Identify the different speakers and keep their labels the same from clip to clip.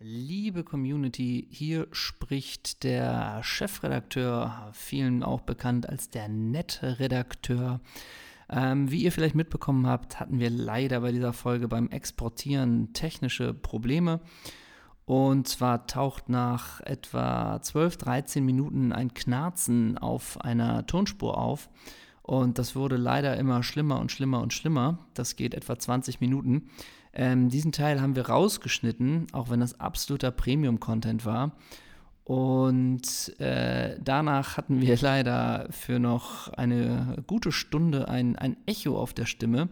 Speaker 1: Liebe Community, hier spricht der Chefredakteur, vielen auch bekannt als der nette Redakteur. Ähm, wie ihr vielleicht mitbekommen habt, hatten wir leider bei dieser Folge beim Exportieren technische Probleme. Und zwar taucht nach etwa 12, 13 Minuten ein Knarzen auf einer Tonspur auf. Und das wurde leider immer schlimmer und schlimmer und schlimmer. Das geht etwa 20 Minuten. Ähm, diesen Teil haben wir rausgeschnitten, auch wenn das absoluter Premium-Content war. Und äh, danach hatten wir leider für noch eine gute Stunde ein, ein Echo auf der Stimme.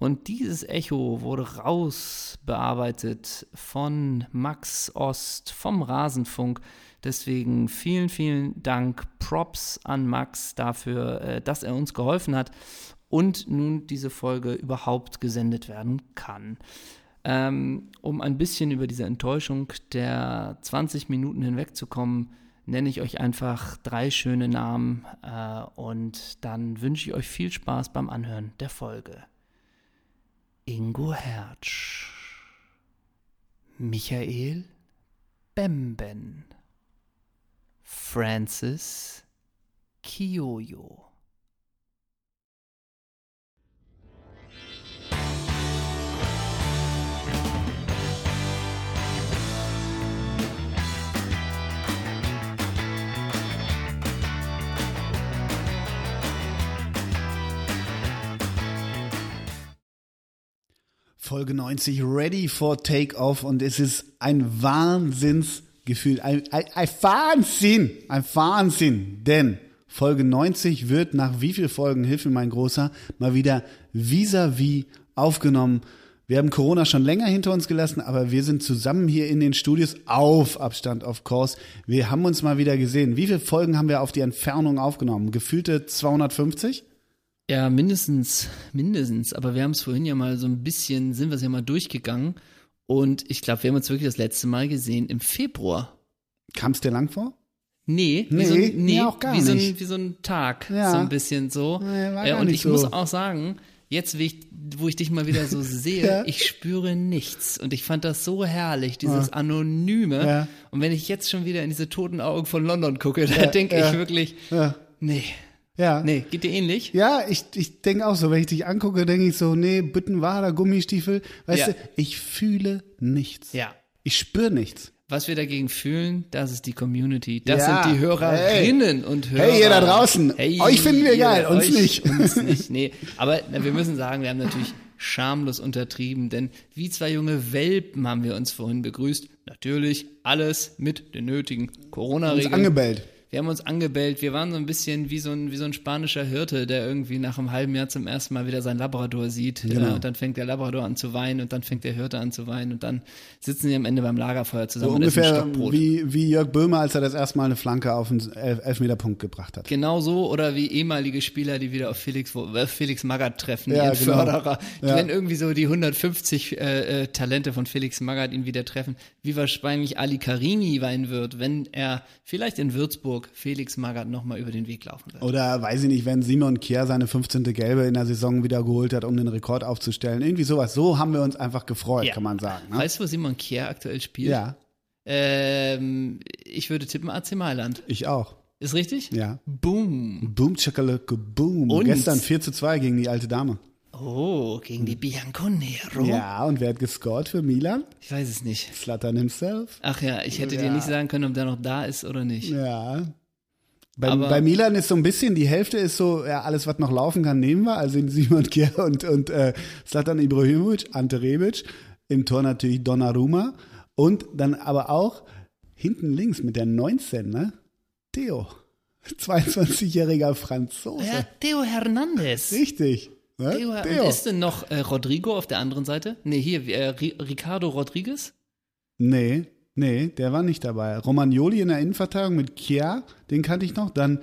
Speaker 1: Und dieses Echo wurde rausbearbeitet von Max Ost vom Rasenfunk. Deswegen vielen, vielen Dank, Props an Max dafür, äh, dass er uns geholfen hat und nun diese Folge überhaupt gesendet werden kann. um ein bisschen über diese Enttäuschung der 20 Minuten hinwegzukommen, nenne ich euch einfach drei schöne Namen äh, und dann wünsche ich euch viel Spaß beim Anhören der Folge. Ingo Hertsch, Michael Bemben, Francis Kiyoyo.
Speaker 2: Folge 90, ready for takeoff und es ist ein Wahnsinnsgefühl, ein, ein, ein Wahnsinn, ein Wahnsinn, denn Folge 90 wird nach wie viel Folgen, Hilfe mein Großer, mal wieder vis-à-vis -vis aufgenommen. Wir haben Corona schon länger hinter uns gelassen, aber wir sind zusammen hier in den Studios auf Abstand, of course. Wir haben uns mal wieder gesehen. Wie viele Folgen haben wir auf die Entfernung aufgenommen? Gefühlte 250?
Speaker 1: Ja, mindestens, mindestens. Aber wir haben es vorhin ja mal so ein bisschen, sind wir es ja mal durchgegangen. Und ich glaube, wir haben uns wirklich das letzte Mal gesehen im Februar.
Speaker 2: Kam es dir lang vor?
Speaker 1: Nee, nee, wie so, ein, nee, auch gar wie so ein, nicht. Wie so ein Tag, ja. so ein bisschen so. Nee, war äh, und ich so. muss auch sagen, jetzt, ich, wo ich dich mal wieder so sehe, ja. ich spüre nichts. Und ich fand das so herrlich, dieses ja. Anonyme. Und wenn ich jetzt schon wieder in diese toten Augen von London gucke, da denke ich wirklich, nee.
Speaker 2: Ja.
Speaker 1: Nee, geht dir ähnlich?
Speaker 2: Ja, ich, ich denke auch so, wenn ich dich angucke, denke ich so, nee, Büttenwader, Gummistiefel. Weißt ja. du, ich fühle nichts.
Speaker 1: Ja.
Speaker 2: Ich spüre nichts.
Speaker 1: Was wir dagegen fühlen, das ist die Community. Das ja. sind die Hörerinnen
Speaker 2: hey.
Speaker 1: und Hörer.
Speaker 2: Hey, ihr da draußen. Hey, euch finden wir geil, uns nicht.
Speaker 1: Uns nicht, nee. Aber na, wir müssen sagen, wir haben natürlich schamlos untertrieben, denn wie zwei junge Welpen haben wir uns vorhin begrüßt. Natürlich alles mit den nötigen Corona-Regeln.
Speaker 2: angebellt.
Speaker 1: Wir haben uns angebellt, wir waren so ein bisschen wie so ein, wie so ein spanischer Hirte, der irgendwie nach einem halben Jahr zum ersten Mal wieder seinen Labrador sieht. Genau. Ja, und dann fängt der Labrador an zu weinen und dann fängt der Hirte an zu weinen und dann sitzen sie am Ende beim Lagerfeuer zusammen. So
Speaker 2: ungefähr wie, wie Jörg Böhmer, als er das erste Mal eine Flanke auf den Elfmeterpunkt gebracht hat.
Speaker 1: Genau so oder wie ehemalige Spieler, die wieder auf Felix, äh, Felix Magath treffen, ja, ihren genau. Förderer. Die ja. werden irgendwie so die 150 äh, äh, Talente von Felix Magath ihn wieder treffen. Wie wahrscheinlich Ali Karimi weinen wird, wenn er vielleicht in Würzburg Felix Magath nochmal über den Weg laufen wird.
Speaker 2: Oder weiß ich nicht, wenn Simon Kier seine 15. Gelbe in der Saison wieder geholt hat, um den Rekord aufzustellen. Irgendwie sowas. So haben wir uns einfach gefreut, ja. kann man sagen.
Speaker 1: Ne? Weißt du, wo Simon Kier aktuell spielt?
Speaker 2: Hm? Ja.
Speaker 1: Ähm, ich würde tippen AC Mailand.
Speaker 2: Ich auch.
Speaker 1: Ist richtig?
Speaker 2: Ja.
Speaker 1: Boom.
Speaker 2: Boom, Chakalaka, boom. Und? Gestern 4 zu 2 gegen die alte Dame.
Speaker 1: Oh, gegen die Bianconero.
Speaker 2: Ja, und wer hat gescored für Milan?
Speaker 1: Ich weiß es nicht.
Speaker 2: Slattern himself.
Speaker 1: Ach ja, ich hätte ja. dir nicht sagen können, ob der noch da ist oder nicht.
Speaker 2: Ja. Bei, bei, Milan ist so ein bisschen, die Hälfte ist so, ja, alles, was noch laufen kann, nehmen wir. Also Simon Kier und, und äh, Slatan Ibrahimovic, Ante Rebic. Im Tor natürlich Donnarumma. Und dann aber auch hinten links mit der 19, ne? Theo. 22-jähriger Franzose.
Speaker 1: Ja, Theo Hernandez.
Speaker 2: Richtig.
Speaker 1: Ne? Theo, Theo. ist denn noch äh, Rodrigo auf der anderen Seite? Nee, hier, äh, Ricardo Rodriguez?
Speaker 2: Nee, nee, der war nicht dabei. Romagnoli in der Innenverteidigung mit Kia, den kannte ich noch. Dann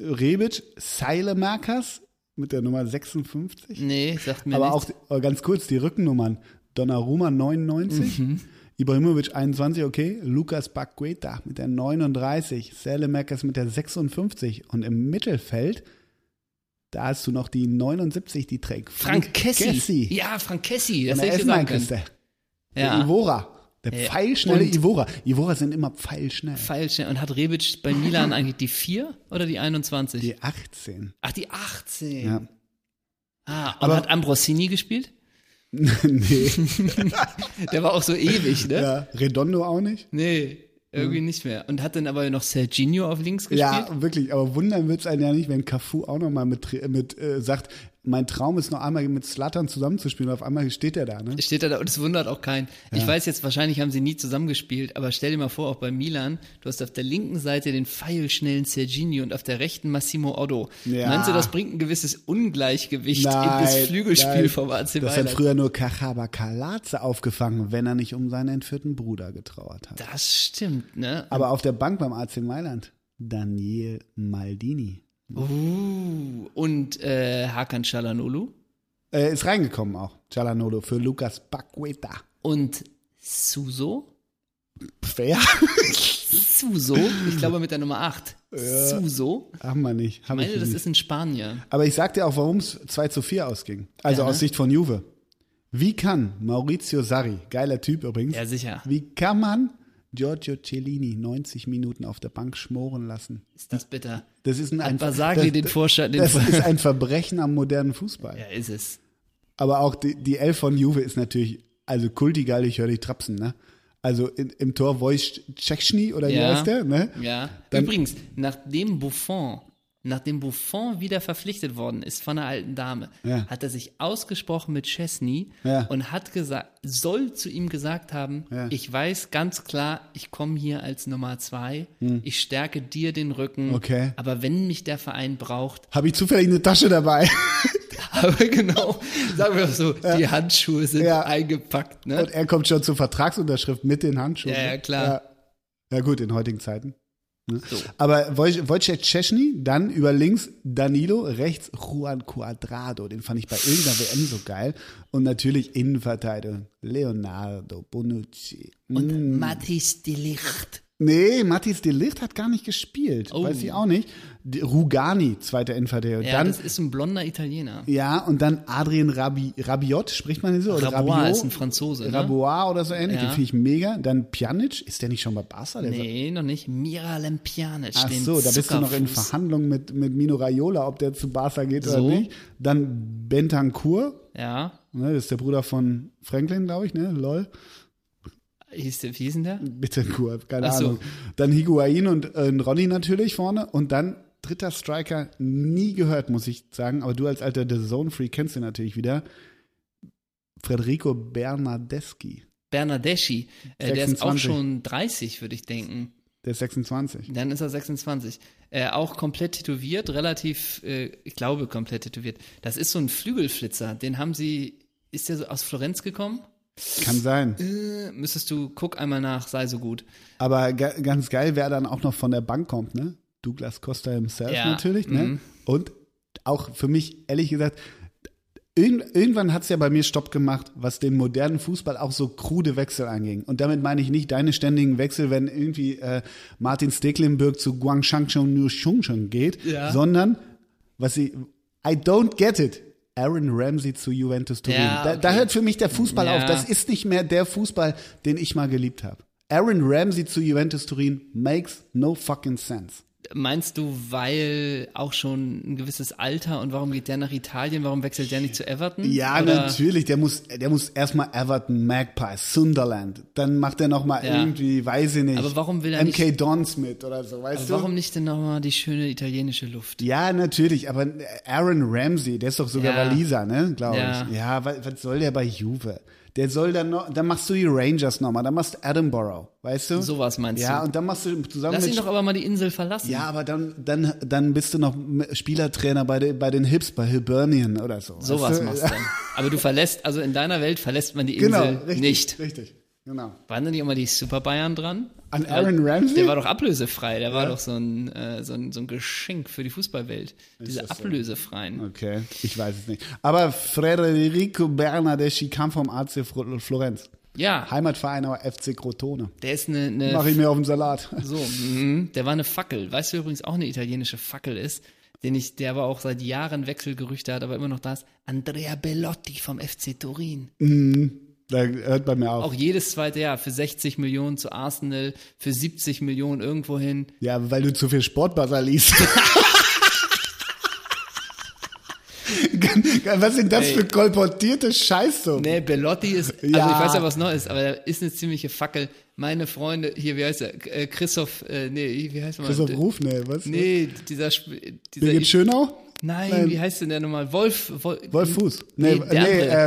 Speaker 2: Rebic, Seilemakers mit der Nummer 56.
Speaker 1: Nee, sagt mir
Speaker 2: Aber
Speaker 1: nichts.
Speaker 2: auch aber ganz kurz die Rückennummern. Donnarumma 99, mhm. Ibrahimovic 21, okay. Lukas Bagueta mit der 39, Seilemakers mit der 56 und im Mittelfeld da hast du noch die 79, die trägt
Speaker 1: Frank, Frank Kessi. Ja, Frank Kessi, das
Speaker 2: hätte ich sagen können. Der ja. Ivora. Der pfeilschnelle Ivora. Ivora sind immer pfeilschnell.
Speaker 1: Pfeilchen. Und hat Rebic bei Milan eigentlich die 4 oder die 21?
Speaker 2: Die 18.
Speaker 1: Ach, die 18.
Speaker 2: Ja.
Speaker 1: Ah, und
Speaker 2: Aber-
Speaker 1: hat Ambrosini gespielt?
Speaker 2: nee.
Speaker 1: Der war auch so ewig, ne?
Speaker 2: Ja. Redondo auch nicht?
Speaker 1: Nee, irgendwie nicht mehr. Und hat dann aber noch Serginho auf links gespielt?
Speaker 2: Ja, wirklich. Aber wundern wird's einen ja nicht, wenn Cafu auch nochmal mit, mit äh, sagt, mein Traum ist noch einmal mit Slattern zusammenzuspielen. Und auf einmal steht er da, ne?
Speaker 1: Steht er da und es wundert auch keinen. Ich weiß jetzt, wahrscheinlich haben sie nie zusammengespielt, aber stell dir mal vor, auch bei Milan, du hast auf der linken Seite den pfeilschnellen Serginho und auf der rechten Massimo Oddo.
Speaker 2: Ja.
Speaker 1: Meinst du, das bringt ein gewisses Ungleichgewicht in das Flügelspiel
Speaker 2: nein.
Speaker 1: vom AC
Speaker 2: Das hat
Speaker 1: Mailand?
Speaker 2: früher nur Kachaba Kalatze aufgefangen, wenn er nicht um seinen entführten Bruder getrauert hat.
Speaker 1: Das stimmt, ne?
Speaker 2: Aber auf der Bank beim AC Mailand, Daniel Maldini.
Speaker 1: Uh, und äh, Hakan Çalhanoğlu
Speaker 2: Äh, ist reingekommen auch, Cialanolo, für Lukas Baqueta.
Speaker 1: und Suso?
Speaker 2: Fair?
Speaker 1: Suso? Ich glaube mit der Nummer 8. Suso?
Speaker 2: Haben wir nicht. Hab
Speaker 1: Ich meine,
Speaker 2: ich
Speaker 1: das
Speaker 2: nicht.
Speaker 1: ist in Spanier.
Speaker 2: Aber ich sag dir auch, warum es 2 zu 4 ausging. Also
Speaker 1: Ja, ne?
Speaker 2: aus Sicht von Juve. Wie kann Maurizio Sarri, geiler Typ übrigens,
Speaker 1: Ja, sicher.
Speaker 2: wie kann man Giorgio Cellini 90 Minuten auf der Bank schmoren lassen?
Speaker 1: Ist das bitter?
Speaker 2: Das ist ein, ein,
Speaker 1: Hat Basagli
Speaker 2: das-
Speaker 1: den Vorschlag? Den
Speaker 2: Das
Speaker 1: Vor
Speaker 2: ist ein Verbrechen am modernen Fußball.
Speaker 1: ja, ist es.
Speaker 2: Aber auch die, die Elf von Juve ist natürlich, also kultigal, ich höre dich trapsen, ne? Also in, im Tor Wojciech Szczesny oder wie
Speaker 1: Ja.
Speaker 2: heißt der, ne?
Speaker 1: Ja.
Speaker 2: Dann-
Speaker 1: Übrigens, nachdem Buffon, nachdem Buffon wieder verpflichtet worden ist von einer alten Dame,
Speaker 2: Ja.
Speaker 1: hat er sich ausgesprochen mit Chesney
Speaker 2: Ja.
Speaker 1: und hat gesagt, soll zu ihm gesagt haben,
Speaker 2: Ja.
Speaker 1: ich weiß ganz klar, ich komme hier als Nummer zwei, ich stärke dir den Rücken,
Speaker 2: Hm. Okay.
Speaker 1: aber wenn mich der Verein braucht,
Speaker 2: Habe ich zufällig eine Tasche dabei.
Speaker 1: aber genau, sagen wir so, die Handschuhe sind
Speaker 2: Ja.
Speaker 1: eingepackt, ne?
Speaker 2: Und er kommt schon zur Vertragsunterschrift mit den Handschuhen. ne?
Speaker 1: Ja, ja, klar.
Speaker 2: Ja, ja gut, in heutigen Zeiten. Ne?
Speaker 1: So.
Speaker 2: Aber Woj- Wojciech Szczesny, dann über links Danilo, rechts Juan Cuadrado. Den fand ich bei irgendeiner WM so geil. Und natürlich Innenverteidigung Leonardo Bonucci. mm.
Speaker 1: Und Mathis die Licht.
Speaker 2: Nee, Mathis de Ligt hat gar nicht gespielt.
Speaker 1: Oh.
Speaker 2: Weiß ich auch nicht. Die- Rugani, zweiter Innenverteidiger.
Speaker 1: Ja,
Speaker 2: dann,
Speaker 1: das ist ein blonder Italiener.
Speaker 2: ja, und dann Adrien Rabi, Rabiot, spricht man den so? Oder
Speaker 1: Rabois
Speaker 2: Rabiot?
Speaker 1: ist ein Franzose, ne?
Speaker 2: Rabois oder so ähnlich,
Speaker 1: Ja.
Speaker 2: den finde ich mega. Dann Pjanic, ist der nicht schon bei Barca? Der sagt-
Speaker 1: Nee, noch nicht. Mira Lempjanic.
Speaker 2: Ach
Speaker 1: den
Speaker 2: so, da bist du noch in
Speaker 1: Zuckerfuß.
Speaker 2: Verhandlungen mit, mit Mino Raiola, ob der zu Barca geht
Speaker 1: So.
Speaker 2: oder nicht. Dann Bentancur,
Speaker 1: Ja.
Speaker 2: ne, das ist der Bruder von Franklin, glaube ich, ne? Lol.
Speaker 1: Hieß der, wie hieß denn der?
Speaker 2: Bittencourt, keine
Speaker 1: Ach so.
Speaker 2: Ahnung. Dann Higuain und äh, Ronny natürlich vorne und dann dritter Striker, nie gehört, muss ich sagen, aber du als alter The Zone Free kennst ihn natürlich wieder. Federico Bernardeschi,
Speaker 1: Bernadeschi. Äh, der ist auch
Speaker 2: 26.
Speaker 1: schon 30, würde ich denken.
Speaker 2: der ist 26.
Speaker 1: Dann ist er 26. Äh, auch komplett tätowiert, relativ, äh, ich glaube, komplett tätowiert. Das ist so ein Flügelflitzer. Den haben sie, ist der so aus Florenz gekommen?
Speaker 2: Kann sein.
Speaker 1: Äh, müsstest du, guck einmal nach, sei so gut.
Speaker 2: Aber ga, ganz geil, wer dann auch noch von der Bank kommt, ne? Douglas Costa himself
Speaker 1: Ja,
Speaker 2: natürlich, ne?
Speaker 1: mhm.
Speaker 2: Und auch für mich, ehrlich gesagt, irgend, irgendwann hat es ja bei mir Stopp gemacht, was den modernen Fußball auch so krude Wechsel anging. Und damit meine ich nicht deine ständigen Wechsel, wenn irgendwie äh, Martin Stecklenburg zu Guangshang Chongchun geht,
Speaker 1: Ja.
Speaker 2: sondern was sie, I don't get it. Aaron Ramsey zu Juventus Turin.
Speaker 1: Ja,
Speaker 2: da, da
Speaker 1: okay.
Speaker 2: hört für mich der Fußball
Speaker 1: Ja.
Speaker 2: auf. Das ist nicht mehr der Fußball, den ich mal geliebt habe. Aaron Ramsey zu Juventus Turin makes no fucking sense.
Speaker 1: Meinst du, weil auch schon ein gewisses Alter und warum geht der nach Italien? Warum wechselt der nicht zu Everton?
Speaker 2: Ja,
Speaker 1: Oder-
Speaker 2: natürlich. Der muss, der muss erstmal Everton, Magpies, Sunderland. Dann macht er nochmal
Speaker 1: Ja.
Speaker 2: irgendwie, weiß ich nicht.
Speaker 1: Aber warum will er
Speaker 2: MK Dons mit oder so, weißt du?
Speaker 1: Warum nicht denn nochmal die schöne italienische Luft?
Speaker 2: Ja, natürlich, aber Aaron Ramsey, der ist doch sogar
Speaker 1: Ja.
Speaker 2: Waliser, ne, glaube
Speaker 1: Ja.
Speaker 2: ich. Ja, was, was soll der bei Juve? Der soll dann noch, dann machst du die Rangers nochmal, dann machst du Edinburgh, weißt du?
Speaker 1: Sowas meinst
Speaker 2: ja, Ja,
Speaker 1: du?
Speaker 2: und dann machst du zusammen
Speaker 1: Lass
Speaker 2: mit
Speaker 1: ihn doch aber mal die Insel verlassen.
Speaker 2: Ja, aber dann, dann, dann bist du noch Spielertrainer bei, de, bei den Hips, bei Hibernian oder so.
Speaker 1: Sowas
Speaker 2: weißt du?
Speaker 1: machst du. Aber du verlässt, also in deiner Welt verlässt man die
Speaker 2: also, Genau,
Speaker 1: Insel
Speaker 2: richtig,
Speaker 1: nicht.
Speaker 2: Richtig, genau.
Speaker 1: Waren da nicht immer die Super Bayern dran?
Speaker 2: An Aaron Ramsey?
Speaker 1: Der war doch ablösefrei. Der war doch so ein, äh, so ein, so ein Geschenk für die Fußballwelt. Diese
Speaker 2: das so?
Speaker 1: ablösefreien.
Speaker 2: Okay, ich weiß es nicht. Aber Federico Bernardeschi kam vom AC Fro- Florenz.
Speaker 1: Ja,
Speaker 2: Heimatverein aber FC Crotone.
Speaker 1: der ist eine,
Speaker 2: Mach
Speaker 1: eine
Speaker 2: ich mir auf den Salat.
Speaker 1: so, mhm, der war eine Fackel. Weißt du wer übrigens auch eine italienische Fackel ist, den ich, der aber auch seit Jahren Wechselgerüchte hat, aber immer noch da ist. Andrea Bellotti vom FC Turin.
Speaker 2: Da hört bei mir auf.
Speaker 1: Auch jedes zweite Jahr für 60 Millionen zu Arsenal, für 70 Millionen irgendwo hin.
Speaker 2: Ja, weil du zu viel Sportbuzzer liest. was sind das
Speaker 1: Ey.
Speaker 2: für kolportierte Scheiße?
Speaker 1: Nee, Bellotti ist, also
Speaker 2: Ja.
Speaker 1: ich weiß ja, was neu ist, aber er ist eine ziemliche Fackel. Meine Freunde, hier, wie heißt er? Äh, Christoph, äh, nee, wie heißt er? mal?
Speaker 2: Christoph Ruf, nee, was?
Speaker 1: Nee, dieser, Sp- dieser
Speaker 2: Birgit Schönau?
Speaker 1: Nein,
Speaker 2: Nein.
Speaker 1: wie heißt denn der nochmal? Wolf, Wolf,
Speaker 2: Wolf Fuß. Nee,
Speaker 1: Nee,
Speaker 2: nee,
Speaker 1: der andere.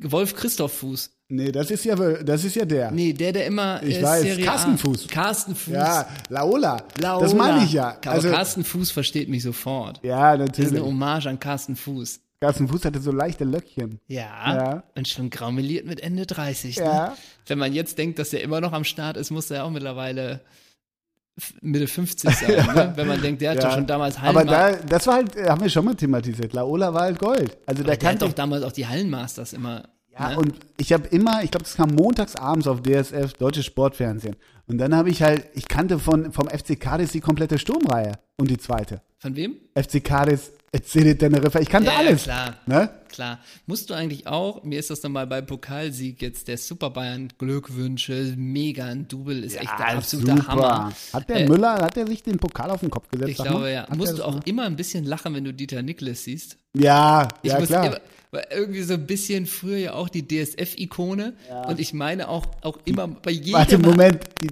Speaker 2: ähm,
Speaker 1: Wolf Christoph Fuß.
Speaker 2: nee, das ist ja, das ist ja der.
Speaker 1: Nee, der, der immer. äh,
Speaker 2: Ich weiß,
Speaker 1: Serie
Speaker 2: Carsten
Speaker 1: A-
Speaker 2: Fuß.
Speaker 1: Carsten Fuß.
Speaker 2: Ja, Laola.
Speaker 1: Laola.
Speaker 2: Das meine ich ja.
Speaker 1: Aber
Speaker 2: Also,
Speaker 1: Carsten Fuß versteht mich sofort.
Speaker 2: ja,
Speaker 1: Das ist eine
Speaker 2: natürlich.
Speaker 1: Hommage an Carsten Fuß.
Speaker 2: Carsten Fuß hatte so leichte Löckchen.
Speaker 1: Ja,
Speaker 2: Ja.
Speaker 1: und schon graumeliert mit Ende 30. Ne?
Speaker 2: Ja.
Speaker 1: Wenn man jetzt denkt, dass er immer noch am Start ist, muss er ja auch mittlerweile f- Mitte 50 sein. ne? Wenn man denkt, der hat
Speaker 2: Ja.
Speaker 1: doch schon damals
Speaker 2: Aber
Speaker 1: Hallenmasters.
Speaker 2: da, das war halt, äh, haben wir schon mal thematisiert. Laola war halt Gold. Also da
Speaker 1: Der hat
Speaker 2: kannte
Speaker 1: doch damals auch die Hallenmasters immer.
Speaker 2: Ja,
Speaker 1: ne?
Speaker 2: und ich habe immer, ich glaube, das kam montags abends auf DSF, deutsches Sportfernsehen. Und dann habe ich halt, ich kannte von, vom FC Cadiz die komplette Sturmreihe und die zweite.
Speaker 1: Von wem?
Speaker 2: FC Cadiz, CD Teneriffa, ich kannte
Speaker 1: Ja, ja,
Speaker 2: alles.
Speaker 1: klar.
Speaker 2: Ne?
Speaker 1: Klar. Musst du eigentlich auch, mir ist das nochmal beim Pokalsieg jetzt der Super Bayern Glückwünsche, mega ein Double, ist echt der
Speaker 2: Ah,
Speaker 1: absolute Hammer.
Speaker 2: Hat der
Speaker 1: Äh,
Speaker 2: Müller, hat der sich den Pokal auf den Kopf gesetzt?
Speaker 1: Ich
Speaker 2: sag
Speaker 1: glaube
Speaker 2: mal?
Speaker 1: ja.
Speaker 2: Hat
Speaker 1: Musst du
Speaker 2: der das
Speaker 1: auch
Speaker 2: gemacht?
Speaker 1: immer ein bisschen lachen, wenn du Dieter Niklas siehst.
Speaker 2: Ja,
Speaker 1: Ich
Speaker 2: ja,
Speaker 1: muss
Speaker 2: klar.
Speaker 1: Immer, weil irgendwie so ein bisschen früher ja auch die DSF-Ikone. Und ich meine auch, auch immer bei jedem.
Speaker 2: Warte, Moment, die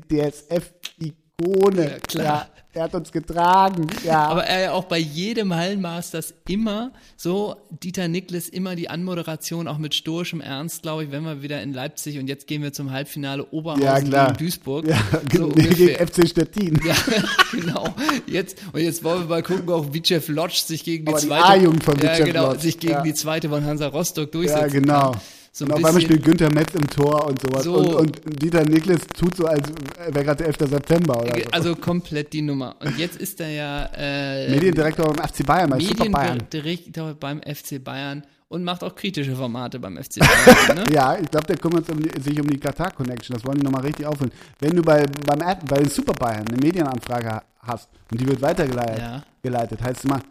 Speaker 2: DSF-Ikone.
Speaker 1: Ja,
Speaker 2: Ja,
Speaker 1: klar.
Speaker 2: der hat uns getragen. Ja.
Speaker 1: Aber er ja auch bei jedem Hallenmasters immer so, Dieter Niklas immer die Anmoderation, auch mit stoischem Ernst, glaube ich, wenn wir wieder in Leipzig und jetzt gehen wir zum Halbfinale Oberhausen
Speaker 2: ja, klar.
Speaker 1: gegen Duisburg.
Speaker 2: Ja,
Speaker 1: so
Speaker 2: gegen
Speaker 1: ungefähr.
Speaker 2: FC Stettin.
Speaker 1: Ja, genau. Jetzt, und jetzt wollen wir mal gucken, ob Vicev Lodge sich gegen die
Speaker 2: Aber die
Speaker 1: zweite.
Speaker 2: A-Jugend von
Speaker 1: ja,
Speaker 2: Vitschev
Speaker 1: genau,
Speaker 2: Lodz,
Speaker 1: sich gegen
Speaker 2: ja.
Speaker 1: die zweite von Hansa Rostock
Speaker 2: Ja,
Speaker 1: durchsetzen.
Speaker 2: genau.
Speaker 1: Kann. So ein
Speaker 2: und auf einmal
Speaker 1: bisschen.
Speaker 2: spielt Günther Metz im Tor und sowas.
Speaker 1: So.
Speaker 2: Und, und Dieter Niklas tut so, als wäre gerade der 11. September oder so.
Speaker 1: Also komplett die Nummer. Und jetzt ist er ja äh,
Speaker 2: Mediendirektor beim FC Bayern, bei Super Bayern.
Speaker 1: Mediendirektor beim FC Bayern und macht auch kritische Formate beim FC Bayern. ne?
Speaker 2: Ja, ich glaube, der kümmert um die, sich um die Katar-Connection. Das wollen die nochmal richtig aufholen. Wenn du bei, beim, Ad- bei den Super Bayern eine Medienanfrage hast und die wird weitergeleitet,
Speaker 1: Ja.
Speaker 2: geleitet, heißt es immer,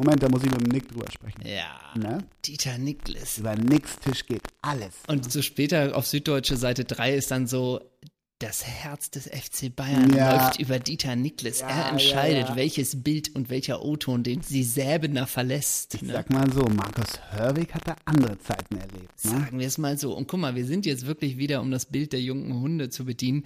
Speaker 2: Moment, da muss ich mit dem Nick drüber sprechen.
Speaker 1: Ja.
Speaker 2: Ne?
Speaker 1: Dieter Niklas.
Speaker 2: Über Nicks Tisch geht alles.
Speaker 1: Und so später auf Süddeutsche Seite 3 ist dann so, das Herz des FC Bayern
Speaker 2: Ja.
Speaker 1: läuft über Dieter Niklas. er
Speaker 2: ja,
Speaker 1: entscheidet,
Speaker 2: ja.
Speaker 1: welches Bild und welcher O-Ton den sie Säbener verlässt. Ne?
Speaker 2: Sag mal so, Markus Hörwig hat da andere Zeiten erlebt. Ne?
Speaker 1: Sagen wir es mal so. Und guck mal, wir sind jetzt wirklich wieder, um das Bild der jungen Hunde zu bedienen.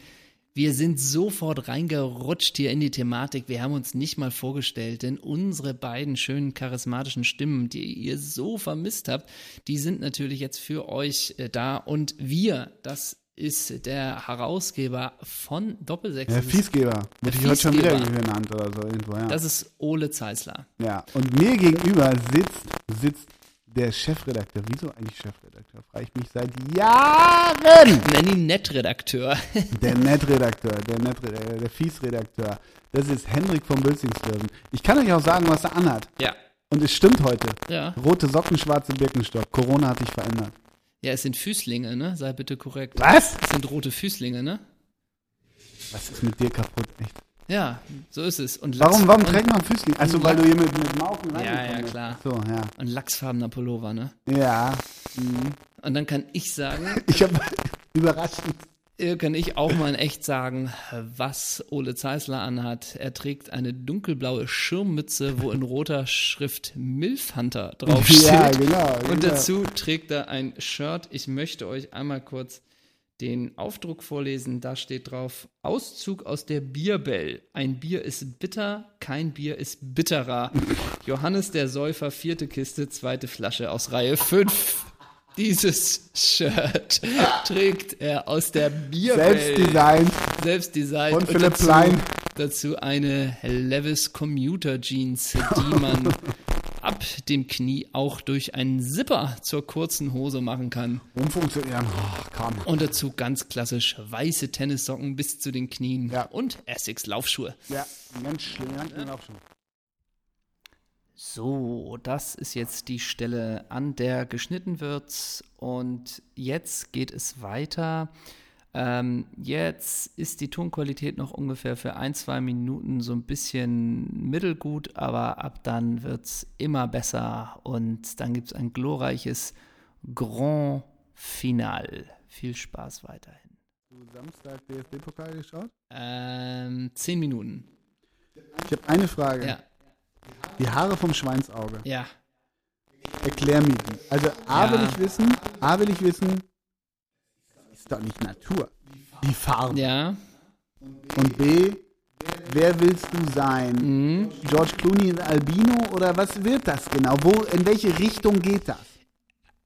Speaker 1: Wir sind sofort reingerutscht hier in die Thematik. Wir haben uns nicht mal vorgestellt, denn unsere beiden schönen charismatischen Stimmen, die ihr so vermisst habt, die sind natürlich jetzt für euch äh, da. Und wir, das ist der Herausgeber von Doppelsechs.
Speaker 2: Der
Speaker 1: Das ist-
Speaker 2: Fiesgeber. Wird ich heute schon wieder
Speaker 1: Fiesgeber.
Speaker 2: genannt oder so irgendwo, ja.
Speaker 1: das ist Ole Zeisler.
Speaker 2: Ja, und mir gegenüber sitzt, sitzt der Chefredakteur. Wieso eigentlich Chefredakteur? Frage ich mich seit Jahren.
Speaker 1: Nenn ihn Nettredakteur.
Speaker 2: Der Netredakteur, der Netredakteur, der Fiesredakteur. Das ist Hendrik von Bülzingsfirmen. Ich kann euch auch sagen, was er anhat.
Speaker 1: ja.
Speaker 2: Und es stimmt heute.
Speaker 1: Ja.
Speaker 2: Rote Socken, schwarze Birkenstock. Corona hat dich verändert.
Speaker 1: Ja, es sind Füßlinge, ne? Sei bitte korrekt.
Speaker 2: Was?
Speaker 1: Es sind rote Füßlinge, ne?
Speaker 2: Was ist mit dir kaputt, echt?
Speaker 1: Ja, so ist es. Und Lachs,
Speaker 2: Warum, warum
Speaker 1: und,
Speaker 2: trägt man Füßling? Also, weil du hier mit, mit Mauken
Speaker 1: ja,
Speaker 2: reingekommen bist.
Speaker 1: klar.
Speaker 2: So, ja.
Speaker 1: und lachsfarbener Pullover, ne?
Speaker 2: Ja.
Speaker 1: Und dann kann ich sagen,
Speaker 2: Ich habe überraschend.
Speaker 1: äh, kann ich auch mal in echt sagen, was Ole Zeisler anhat. Er trägt eine dunkelblaue Schirmmütze, wo in roter Schrift Milf Hunter draufsteht.
Speaker 2: Ja, genau.
Speaker 1: Und
Speaker 2: genau.
Speaker 1: dazu trägt er ein Shirt. Ich möchte euch einmal kurz den Aufdruck vorlesen. Da steht drauf: Auszug aus der Bierbell. Ein Bier ist bitter, kein Bier ist bitterer. Johannes der Säufer, vierte Kiste, zweite Flasche aus Reihe 5. Dieses Shirt trägt er aus der Bierbell.
Speaker 2: Selbstdesign.
Speaker 1: Selbstdesign.
Speaker 2: Von
Speaker 1: Und
Speaker 2: Philipp
Speaker 1: dazu,
Speaker 2: Plein.
Speaker 1: Dazu eine Levis Commuter Jeans, die man ab dem Knie auch durch einen Zipper zur kurzen Hose machen kann.
Speaker 2: Umfunktionieren. Oh, komm.
Speaker 1: Und dazu ganz klassisch weiße Tennissocken bis zu den Knien
Speaker 2: Ja.
Speaker 1: und Essex Laufschuhe.
Speaker 2: Ja, einen ganz schlimmen langen Laufschuh.
Speaker 1: So, das ist jetzt die Stelle, an der geschnitten wird. Und jetzt geht es weiter. Ähm, jetzt ist die Tonqualität noch ungefähr für ein, zwei Minuten so ein bisschen mittelgut, aber ab dann wird es immer besser. Und dann gibt es ein glorreiches Grand Final. Viel Spaß weiterhin.
Speaker 2: Du Samstag DFB-Pokal geschaut?
Speaker 1: Ähm, zehn Minuten.
Speaker 2: Ich habe eine Frage.
Speaker 1: Ja,
Speaker 2: Die Haare vom Schweinsauge.
Speaker 1: ja.
Speaker 2: Erklär mir die. Also A
Speaker 1: Ja.
Speaker 2: will ich wissen, A will ich wissen, ist doch nicht Natur. Die Farbe.
Speaker 1: Ja.
Speaker 2: Und B, wer willst du sein?
Speaker 1: Mhm.
Speaker 2: George Clooney in Albino oder was wird das genau? Wo, in welche Richtung geht das?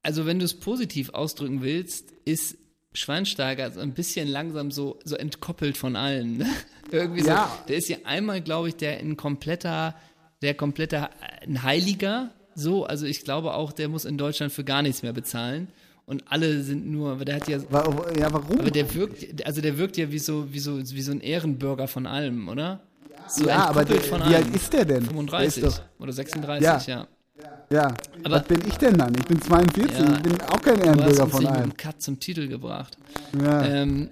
Speaker 1: Also wenn du es positiv ausdrücken willst, ist Schweinsteiger so ein bisschen langsam so, so entkoppelt von allen. ne? Irgendwie
Speaker 2: Ja.
Speaker 1: so. Der ist ja einmal, glaube ich, der ein kompletter, der kompletter äh, ein Heiliger. So, also ich glaube auch, der muss in Deutschland für gar nichts mehr bezahlen. Und alle sind nur, aber der hat ja,
Speaker 2: Wa- Ja, warum?
Speaker 1: aber der wirkt, also der wirkt ja wie so, wie so, wie so ein Ehrenbürger von allem, oder? So
Speaker 2: ja, aber
Speaker 1: entkoppelt
Speaker 2: der, wie alt ist der denn? Der ist
Speaker 1: 35
Speaker 2: doch,
Speaker 1: oder 36,
Speaker 2: Ja.
Speaker 1: ja.
Speaker 2: ja,
Speaker 1: Aber-
Speaker 2: was bin ich denn dann? Ich bin 42,
Speaker 1: Ja.
Speaker 2: ich bin auch kein
Speaker 1: Du hast
Speaker 2: Ehrenbürger
Speaker 1: uns nicht
Speaker 2: von
Speaker 1: mit
Speaker 2: allem.
Speaker 1: einem Cut zum Titel gebracht.
Speaker 2: Ja.
Speaker 1: Ähm,